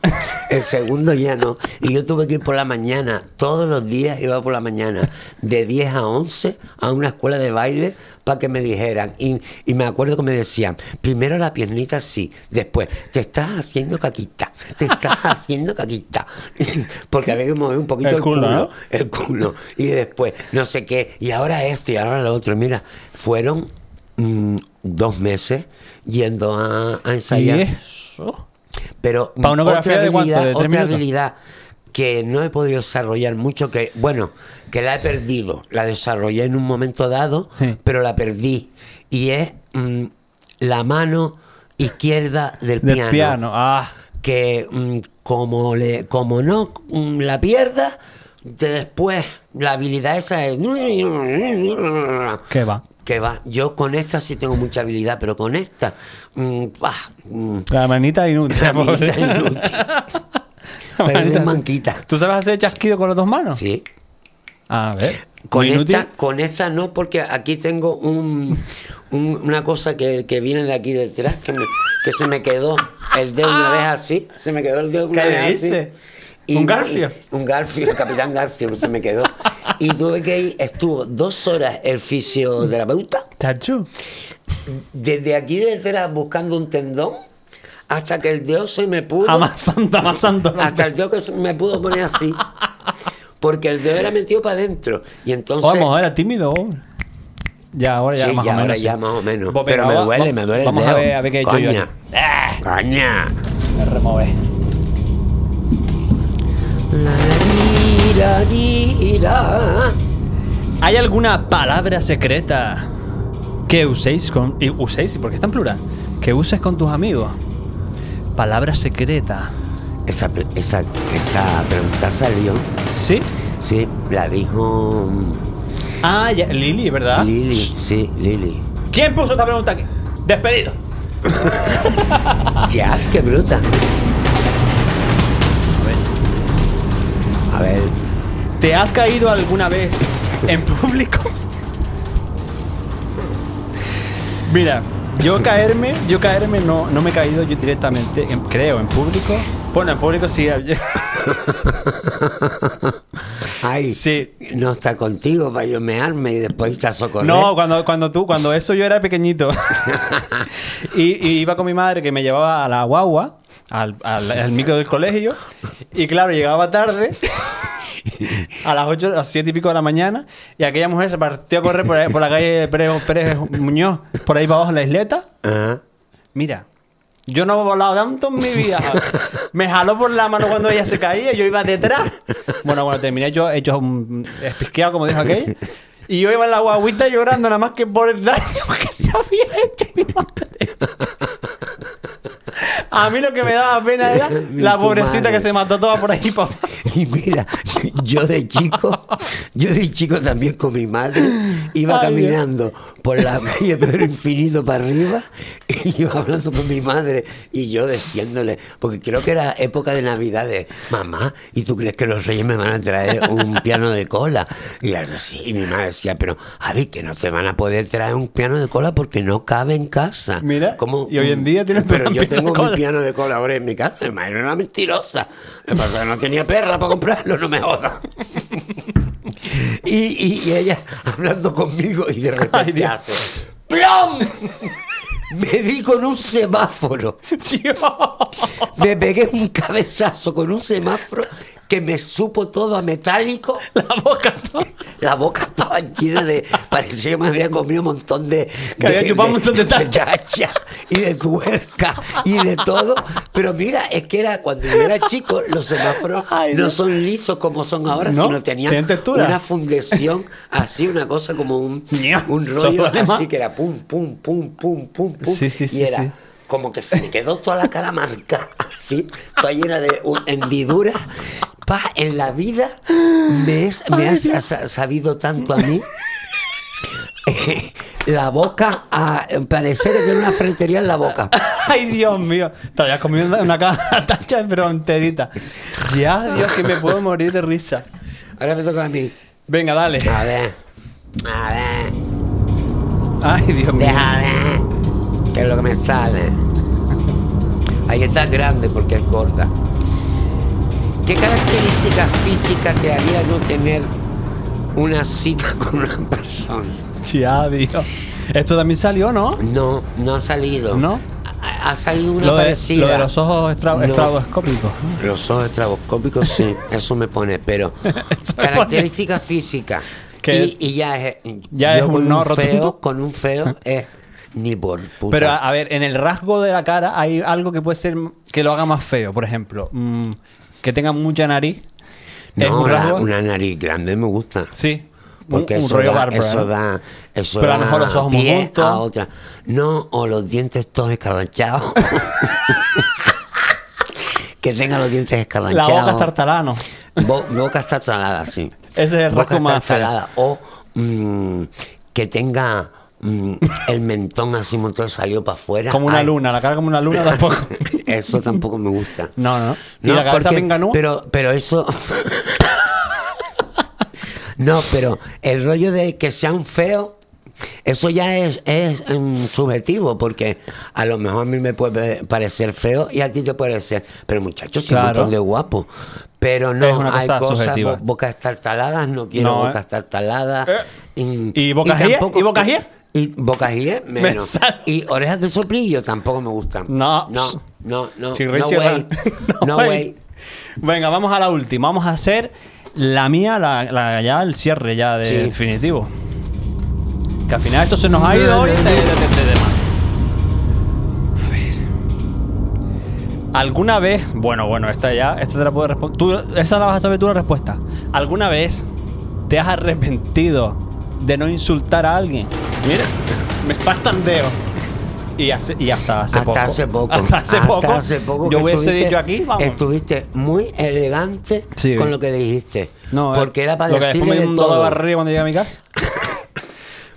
[SPEAKER 3] el segundo ya no. Y yo tuve que ir por la mañana, todos los días iba por la mañana, de 10 a 11 a una escuela de baile para que me dijeran. Y, y me acuerdo que me decían, primero la piernita así, después, te estás haciendo caquita, te estás haciendo caquita. porque había que mover un poquito
[SPEAKER 2] El
[SPEAKER 3] el,
[SPEAKER 2] culo,
[SPEAKER 3] culo
[SPEAKER 2] ¿no?
[SPEAKER 3] el culo y después no sé qué y ahora esto y ahora lo otro mira fueron mm, dos meses yendo a, a
[SPEAKER 2] ¿Y
[SPEAKER 3] ensayar
[SPEAKER 2] eso?
[SPEAKER 3] pero
[SPEAKER 2] ¿Para una
[SPEAKER 3] otra
[SPEAKER 2] coreografía de cuánto?
[SPEAKER 3] habilidad,
[SPEAKER 2] ¿De tres
[SPEAKER 3] otra
[SPEAKER 2] minutos?
[SPEAKER 3] habilidad que no he podido desarrollar mucho, que bueno, que la he perdido, la desarrollé en un momento dado,
[SPEAKER 2] Sí.
[SPEAKER 3] pero la perdí, y es mm, la mano izquierda del,
[SPEAKER 2] Del piano. Ah,
[SPEAKER 3] que mm, como le como no mm, la pierdas de después la habilidad esa es
[SPEAKER 2] ¿qué va?
[SPEAKER 3] que va yo con esta sí tengo mucha habilidad pero con esta mm, bah, mm,
[SPEAKER 2] La manita inútil.
[SPEAKER 3] la
[SPEAKER 2] pobre.
[SPEAKER 3] habilidad inútil
[SPEAKER 2] La
[SPEAKER 3] Parece
[SPEAKER 2] manita-
[SPEAKER 3] manquita.
[SPEAKER 2] ¿Tú sabes hacer chasquido con las dos manos?
[SPEAKER 3] sí
[SPEAKER 2] A ver.
[SPEAKER 3] con
[SPEAKER 2] inútil.
[SPEAKER 3] esta con esta no porque aquí tengo un, un- una cosa que, que viene de aquí detrás que, me- que se me quedó el dedo una vez así se me quedó el dedo una
[SPEAKER 2] Ah. ¿Qué
[SPEAKER 3] vez
[SPEAKER 2] dices?
[SPEAKER 3] así
[SPEAKER 2] ¿Un garfio?
[SPEAKER 3] y- un garfio, el capitán garfio, se me quedó. Y tuve que ir, estuvo dos horas el fisioterapeuta,
[SPEAKER 2] Tachu.
[SPEAKER 3] desde aquí detrás buscando un tendón, hasta que el dedo se me pudo.
[SPEAKER 2] Amasando, amasando. ¿no?
[SPEAKER 3] Hasta el dedo que se me pudo poner así. Porque el dedo era metido para adentro. Y entonces.
[SPEAKER 2] Oh, Vamos, era tímido. hombre. Ya, ahora ya
[SPEAKER 3] Sí,
[SPEAKER 2] más
[SPEAKER 3] ya,
[SPEAKER 2] o menos.
[SPEAKER 3] ahora
[SPEAKER 2] sí.
[SPEAKER 3] ya más o menos.
[SPEAKER 2] Pues,
[SPEAKER 3] Pero me
[SPEAKER 2] ahora
[SPEAKER 3] duele,
[SPEAKER 2] va-
[SPEAKER 3] me duele el
[SPEAKER 2] Vamos a
[SPEAKER 3] dedo.
[SPEAKER 2] ver, a ver qué he hecho yo.
[SPEAKER 3] Coña. Ah. Caña.
[SPEAKER 2] Me remove.
[SPEAKER 3] La, ri, la, ri, la.
[SPEAKER 2] ¿Hay alguna palabra secreta que uséis con. y uséis? ¿Por qué está en plural? Que uses con tus amigos. Palabra secreta.
[SPEAKER 3] Esa, pre- esa, esa pregunta salió.
[SPEAKER 2] ¿Sí?
[SPEAKER 3] Sí, la dijo
[SPEAKER 2] Ah, ya, Lili, ¿verdad?
[SPEAKER 3] Lili. Sí, Lili.
[SPEAKER 2] ¿Quién puso esta pregunta aquí? Despedido. Ah.
[SPEAKER 3] Jazz, qué bruta. A ver.
[SPEAKER 2] ¿Te has caído alguna vez en público? Mira, yo caerme, yo caerme no, no me he caído yo directamente, en- creo, en público. Bueno, en público sí.
[SPEAKER 3] Ay,
[SPEAKER 2] Sí.
[SPEAKER 3] no está contigo para yo mearme y después te socorrer.
[SPEAKER 2] No, cuando, cuando tú, cuando eso yo era pequeñito. y, y iba con mi madre que me llevaba a la guagua, al, al, al micro del colegio. Y claro, llegaba tarde. A las 8, a las 7 y pico de la mañana, y aquella mujer se partió a correr por, ahí- por la calle Pérez, Pérez Muñoz, por ahí para abajo en la isleta.
[SPEAKER 3] Ajá.
[SPEAKER 2] Mira, yo no he volado tanto en mi vida. Me jaló por la mano cuando ella se caía, yo iba detrás. Bueno, bueno, terminé yo hecho un espisqueado, como dijo aquel. Y yo iba en la guaguita llorando, nada más que por el daño que se había hecho mi madre. A mí lo que me daba pena era
[SPEAKER 3] Ni
[SPEAKER 2] la
[SPEAKER 3] tu
[SPEAKER 2] pobrecita
[SPEAKER 3] madre.
[SPEAKER 2] que se mató toda por ahí, papá.
[SPEAKER 3] Y mira, yo de chico, yo de chico también con mi madre, iba
[SPEAKER 2] Ay, Dios.
[SPEAKER 3] caminando por la calle Pedro Infinito para arriba y iba hablando con mi madre y yo diciéndole, porque creo que era época de Navidades, mamá, ¿y tú crees que los reyes me van a traer un piano de cola? Y ella decía- y mi madre decía, pero Javi, que no te van a poder traer un piano de cola porque no cabe en casa.
[SPEAKER 2] Mira,
[SPEAKER 3] Como-
[SPEAKER 2] y hoy en día tienes tu
[SPEAKER 3] Pero
[SPEAKER 2] gran
[SPEAKER 3] yo
[SPEAKER 2] piano de
[SPEAKER 3] tengo
[SPEAKER 2] cola.
[SPEAKER 3] mi piano de cola ahora en mi casa, mi madre era una mentirosa. Porque no tenía perra para comprarlo, no me jodas. Y, y- y ella hablando conmigo y de
[SPEAKER 2] Ay,
[SPEAKER 3] repente
[SPEAKER 2] Dios.
[SPEAKER 3] hace ¡Plom! Me di con un semáforo. Me pegué un cabezazo con un semáforo que me supo todo a metálico.
[SPEAKER 2] La boca toda.
[SPEAKER 3] La boca estaba llena de. Parecía que me había comido un montón de.
[SPEAKER 2] Que había chupado un montón de tacha.
[SPEAKER 3] tacha y de tuerca y de todo. Pero mira, es que era cuando yo era chico, los semáforos
[SPEAKER 2] Ay,
[SPEAKER 3] no
[SPEAKER 2] no.
[SPEAKER 3] son lisos como son ahora,
[SPEAKER 2] No,
[SPEAKER 3] sino tenían
[SPEAKER 2] tienen textura.
[SPEAKER 3] una fundición así, una cosa como un,
[SPEAKER 2] Ña,
[SPEAKER 3] un rollo
[SPEAKER 2] son alemán.
[SPEAKER 3] así que era pum, pum, pum, pum, pum, pum.
[SPEAKER 2] Sí, sí,
[SPEAKER 3] y
[SPEAKER 2] sí,
[SPEAKER 3] era
[SPEAKER 2] sí.
[SPEAKER 3] como que se me quedó toda la cara marcada, así, toda llena de un- hendiduras. Pa, en la vida me, es- me has sa- sabido tanto a mí. la boca, a, parece que tiene una ferretería en la boca.
[SPEAKER 2] Ay, Dios mío. Te habías comido una- una caja de tacha, pero enterita. Ya, Dios, que me puedo morir de risa.
[SPEAKER 3] Ahora me toca a mí.
[SPEAKER 2] Venga, dale.
[SPEAKER 3] A ver, a ver,
[SPEAKER 2] Ay, Dios mío.
[SPEAKER 3] deja ver. ¿Qué es lo que me sale? Ahí está grande porque es corta. ¿Qué características físicas te haría no tener una cita con una persona?
[SPEAKER 2] Ya, Dios. Esto también salió, ¿no?
[SPEAKER 3] No, no ha salido.
[SPEAKER 2] ¿No?
[SPEAKER 3] Ha, ha salido una
[SPEAKER 2] Lo de,
[SPEAKER 3] parecida.
[SPEAKER 2] lo de los ojos estra-
[SPEAKER 3] No.
[SPEAKER 2] estraboscópicos.
[SPEAKER 3] Los ojos estraboscópicos, sí, eso me pone, pero
[SPEAKER 2] me pone.
[SPEAKER 3] características físicas.
[SPEAKER 2] Que-
[SPEAKER 3] Y, y ya es,
[SPEAKER 2] Ya
[SPEAKER 3] yo
[SPEAKER 2] es un
[SPEAKER 3] con
[SPEAKER 2] no rotundo.
[SPEAKER 3] feo, con un feo es ni por puta.
[SPEAKER 2] Pero a, a ver, en el rasgo de la cara hay algo que puede ser que lo haga más feo. Por ejemplo, mm, que tenga mucha nariz. es
[SPEAKER 3] No,
[SPEAKER 2] un
[SPEAKER 3] la-
[SPEAKER 2] rasgo.
[SPEAKER 3] una nariz grande me gusta.
[SPEAKER 2] Sí. Un,
[SPEAKER 3] Porque
[SPEAKER 2] un
[SPEAKER 3] eso,
[SPEAKER 2] rollo
[SPEAKER 3] da,
[SPEAKER 2] bárbaro.
[SPEAKER 3] eso
[SPEAKER 2] ¿no?
[SPEAKER 3] da, eso
[SPEAKER 2] Pero a
[SPEAKER 3] da
[SPEAKER 2] lo mejor los ojos muy
[SPEAKER 3] pie
[SPEAKER 2] juntos.
[SPEAKER 3] a otra. No, o los dientes todos escarachados. que tenga los dientes
[SPEAKER 2] La
[SPEAKER 3] escarachados.
[SPEAKER 2] boca es tartalano.
[SPEAKER 3] Bo- boca está salada, sí.
[SPEAKER 2] Ese es el
[SPEAKER 3] Boca
[SPEAKER 2] rasgo más feo.
[SPEAKER 3] tartalada. O mm, que tenga mm, el mentón así un montón salido para afuera.
[SPEAKER 2] Como una
[SPEAKER 3] Ay,
[SPEAKER 2] luna. La cara como una luna tampoco.
[SPEAKER 3] Eso tampoco me gusta.
[SPEAKER 2] No, no. Y
[SPEAKER 3] No,
[SPEAKER 2] la cabeza
[SPEAKER 3] porque-
[SPEAKER 2] pinganúa.
[SPEAKER 3] Pero, pero eso. no, pero el rollo de que sean feos. Eso ya es, es em, subjetivo, porque a lo mejor a mí me puede parecer feo y a ti te puede parecer, pero muchachos, sí, un
[SPEAKER 2] Claro.
[SPEAKER 3] montón de guapo. Pero
[SPEAKER 2] Es
[SPEAKER 3] no,
[SPEAKER 2] una
[SPEAKER 3] hay
[SPEAKER 2] cosa
[SPEAKER 3] cosas,
[SPEAKER 2] subjetiva.
[SPEAKER 3] bo- bocas tartaladas, no quiero
[SPEAKER 2] No,
[SPEAKER 3] bocas
[SPEAKER 2] eh.
[SPEAKER 3] tartaladas. Y,
[SPEAKER 2] ¿Y bocas jíes?
[SPEAKER 3] tampoco-
[SPEAKER 2] ¿Y bocas jíes?
[SPEAKER 3] Y, bocas jíes, menos.
[SPEAKER 2] sale.
[SPEAKER 3] Y orejas de soplillo tampoco me gustan.
[SPEAKER 2] No.
[SPEAKER 3] No, no, no.
[SPEAKER 2] Chirri,
[SPEAKER 3] no
[SPEAKER 2] chirra.
[SPEAKER 3] way. No way.
[SPEAKER 2] Venga, vamos a la última. Vamos a hacer la mía, la, la- ya el cierre ya de
[SPEAKER 3] Sí.
[SPEAKER 2] definitivo. Que al final esto se nos ha ido hoy de, de- de- de tema. A ver. ¿Alguna vez, bueno, bueno, esta ya, esta te la puedo responder. Tú, esa la vas a saber tú la respuesta. ¿Alguna vez te has arrepentido de no insultar a alguien? Mira, me faltan dedos. Y, hace- y hasta hace
[SPEAKER 3] hasta
[SPEAKER 2] poco.
[SPEAKER 3] hace poco.
[SPEAKER 2] Hasta hace poco.
[SPEAKER 3] hace poco
[SPEAKER 2] Yo
[SPEAKER 3] que
[SPEAKER 2] hubiese
[SPEAKER 3] estuviste-
[SPEAKER 2] dicho aquí, vamos.
[SPEAKER 3] Estuviste muy elegante
[SPEAKER 2] Sí.
[SPEAKER 3] con lo que dijiste.
[SPEAKER 2] No,
[SPEAKER 3] porque
[SPEAKER 2] eh,
[SPEAKER 3] era para
[SPEAKER 2] lo que
[SPEAKER 3] decirle
[SPEAKER 2] después me
[SPEAKER 3] de
[SPEAKER 2] dio un dolor de
[SPEAKER 3] todo.
[SPEAKER 2] barriga cuando llegué a mi casa.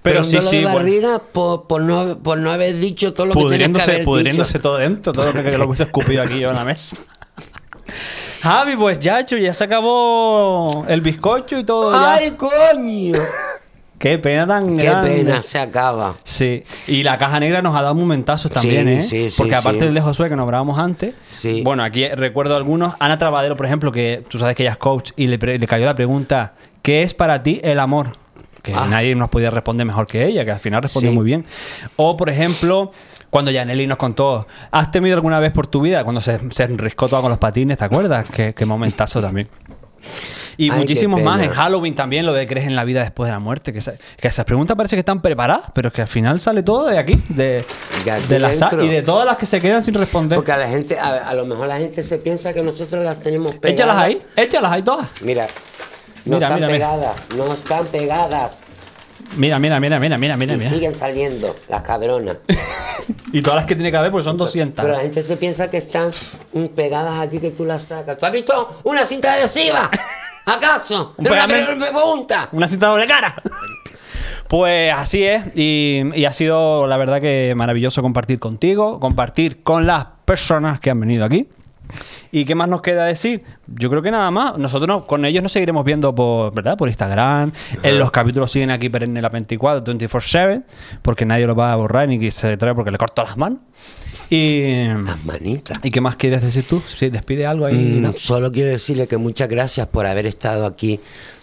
[SPEAKER 2] Pero,
[SPEAKER 3] Pero,
[SPEAKER 2] sí,
[SPEAKER 3] solo
[SPEAKER 2] sí,
[SPEAKER 3] de
[SPEAKER 2] bueno.
[SPEAKER 3] barriga por, por no, por no haber dicho todo lo que tenías que
[SPEAKER 2] pudriéndose,
[SPEAKER 3] haber
[SPEAKER 2] pudriéndose
[SPEAKER 3] dicho.
[SPEAKER 2] todo dentro, todo lo que, lo hubiese escupido aquí yo en la mesa. Javi, pues chacho, ya se acabó el bizcocho y todo. ya.
[SPEAKER 3] ¡Ay, coño!
[SPEAKER 2] Qué pena tan
[SPEAKER 3] ¡Qué
[SPEAKER 2] grande.
[SPEAKER 3] pena! Se acaba.
[SPEAKER 2] Sí, y la caja negra nos ha dado momentazos también,
[SPEAKER 3] Sí,
[SPEAKER 2] ¿eh?
[SPEAKER 3] sí, sí,
[SPEAKER 2] Porque aparte
[SPEAKER 3] sí.
[SPEAKER 2] del de Josué que nos hablábamos antes,
[SPEAKER 3] Sí.
[SPEAKER 2] bueno, aquí recuerdo algunos. Ana Trabadero, por ejemplo, que tú sabes que ella es coach y le, pre- le cayó la pregunta: ¿Qué es para ti el amor? Que
[SPEAKER 3] Ah.
[SPEAKER 2] nadie nos podía responder mejor que ella, que al final respondió
[SPEAKER 3] Sí.
[SPEAKER 2] muy bien. O, por ejemplo, cuando Yaneli nos contó: ¿Has temido alguna vez por tu vida? Cuando se, se enriscó toda con los patines, ¿te acuerdas? Qué, qué momentazo también. Y
[SPEAKER 3] Ay, qué
[SPEAKER 2] muchísimos más
[SPEAKER 3] pena.
[SPEAKER 2] en Halloween también, lo de crees en la vida después de la muerte. Que, esa- que esas preguntas parece que están preparadas, pero es que al final sale todo de aquí, de,
[SPEAKER 3] De aquí
[SPEAKER 2] de la sa-
[SPEAKER 3] dentro.
[SPEAKER 2] y de todas las que se quedan sin responder.
[SPEAKER 3] Porque a la gente, a, a lo mejor la gente se piensa que nosotros las tenemos pegadas.
[SPEAKER 2] échalas ahí, échalas ahí todas.
[SPEAKER 3] Mira, no
[SPEAKER 2] Mira,
[SPEAKER 3] están
[SPEAKER 2] mira, mira.
[SPEAKER 3] pegadas, no están pegadas.
[SPEAKER 2] Mira, mira, mira, mira, mira, mira,
[SPEAKER 3] Y
[SPEAKER 2] mira.
[SPEAKER 3] siguen saliendo las cabronas.
[SPEAKER 2] Y todas las que tiene que haber, pues son 200.
[SPEAKER 3] Pero la gente se piensa que están mm, pegadas aquí que tú las sacas. ¿Tú has visto una cinta adhesiva? ¿Acaso?
[SPEAKER 2] Un
[SPEAKER 3] Pero una
[SPEAKER 2] pegamento.
[SPEAKER 3] pre- pregunta.
[SPEAKER 2] Una cinta doble cara. Pues así es, y, y ha sido la verdad que maravilloso compartir contigo, compartir con las personas que han venido aquí. ¿Y qué más nos queda decir? Yo creo que nada más. Nosotros no- con ellos nos seguiremos viendo por, ¿verdad? por Instagram. En los capítulos siguen aquí en la 24, 24-7, porque nadie los va a borrar ni que se trae porque le corto las manos. Y,
[SPEAKER 3] Las manitas.
[SPEAKER 2] ¿Y qué más quieres decir tú? Si despide algo ahí.
[SPEAKER 3] Mm,
[SPEAKER 2] ¿no?
[SPEAKER 3] Solo quiero decirle que muchas gracias por haber estado aquí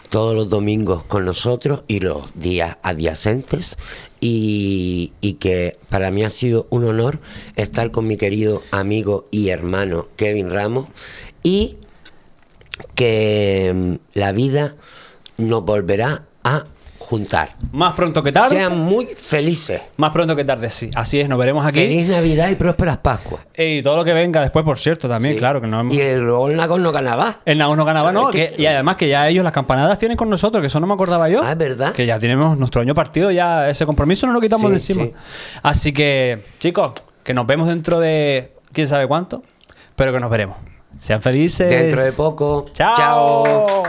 [SPEAKER 3] todos los domingos con nosotros y los días adyacentes y, y que para mí ha sido un honor estar con mi querido amigo y hermano Kevin Ramos y que mm, la vida nos volverá a juntar.
[SPEAKER 2] Más pronto que tarde.
[SPEAKER 3] Sean muy felices.
[SPEAKER 2] Más pronto que tarde, sí. Así es, nos veremos aquí.
[SPEAKER 3] Feliz Navidad y prósperas Pascuas.
[SPEAKER 2] Y todo lo que venga después, por cierto, también, claro, que no hemos...
[SPEAKER 3] Y el gol no ganaba.
[SPEAKER 2] El Naos no ganaba,
[SPEAKER 3] Pero
[SPEAKER 2] no.
[SPEAKER 3] es que-
[SPEAKER 2] que- y además que ya ellos las campanadas tienen con nosotros, que eso no me acordaba yo.
[SPEAKER 3] Ah, es verdad.
[SPEAKER 2] Que ya tenemos nuestro año partido, ya ese compromiso no lo quitamos de
[SPEAKER 3] Sí,
[SPEAKER 2] encima. Así que, chicos, que nos vemos dentro de quién sabe cuánto, pero que nos veremos. Sean felices.
[SPEAKER 3] Dentro de poco.
[SPEAKER 2] Chao.
[SPEAKER 3] Chao.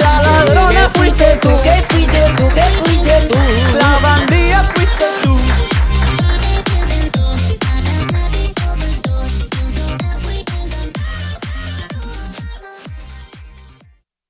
[SPEAKER 1] La ladrona fuiste tú, que fuiste tú, que fuiste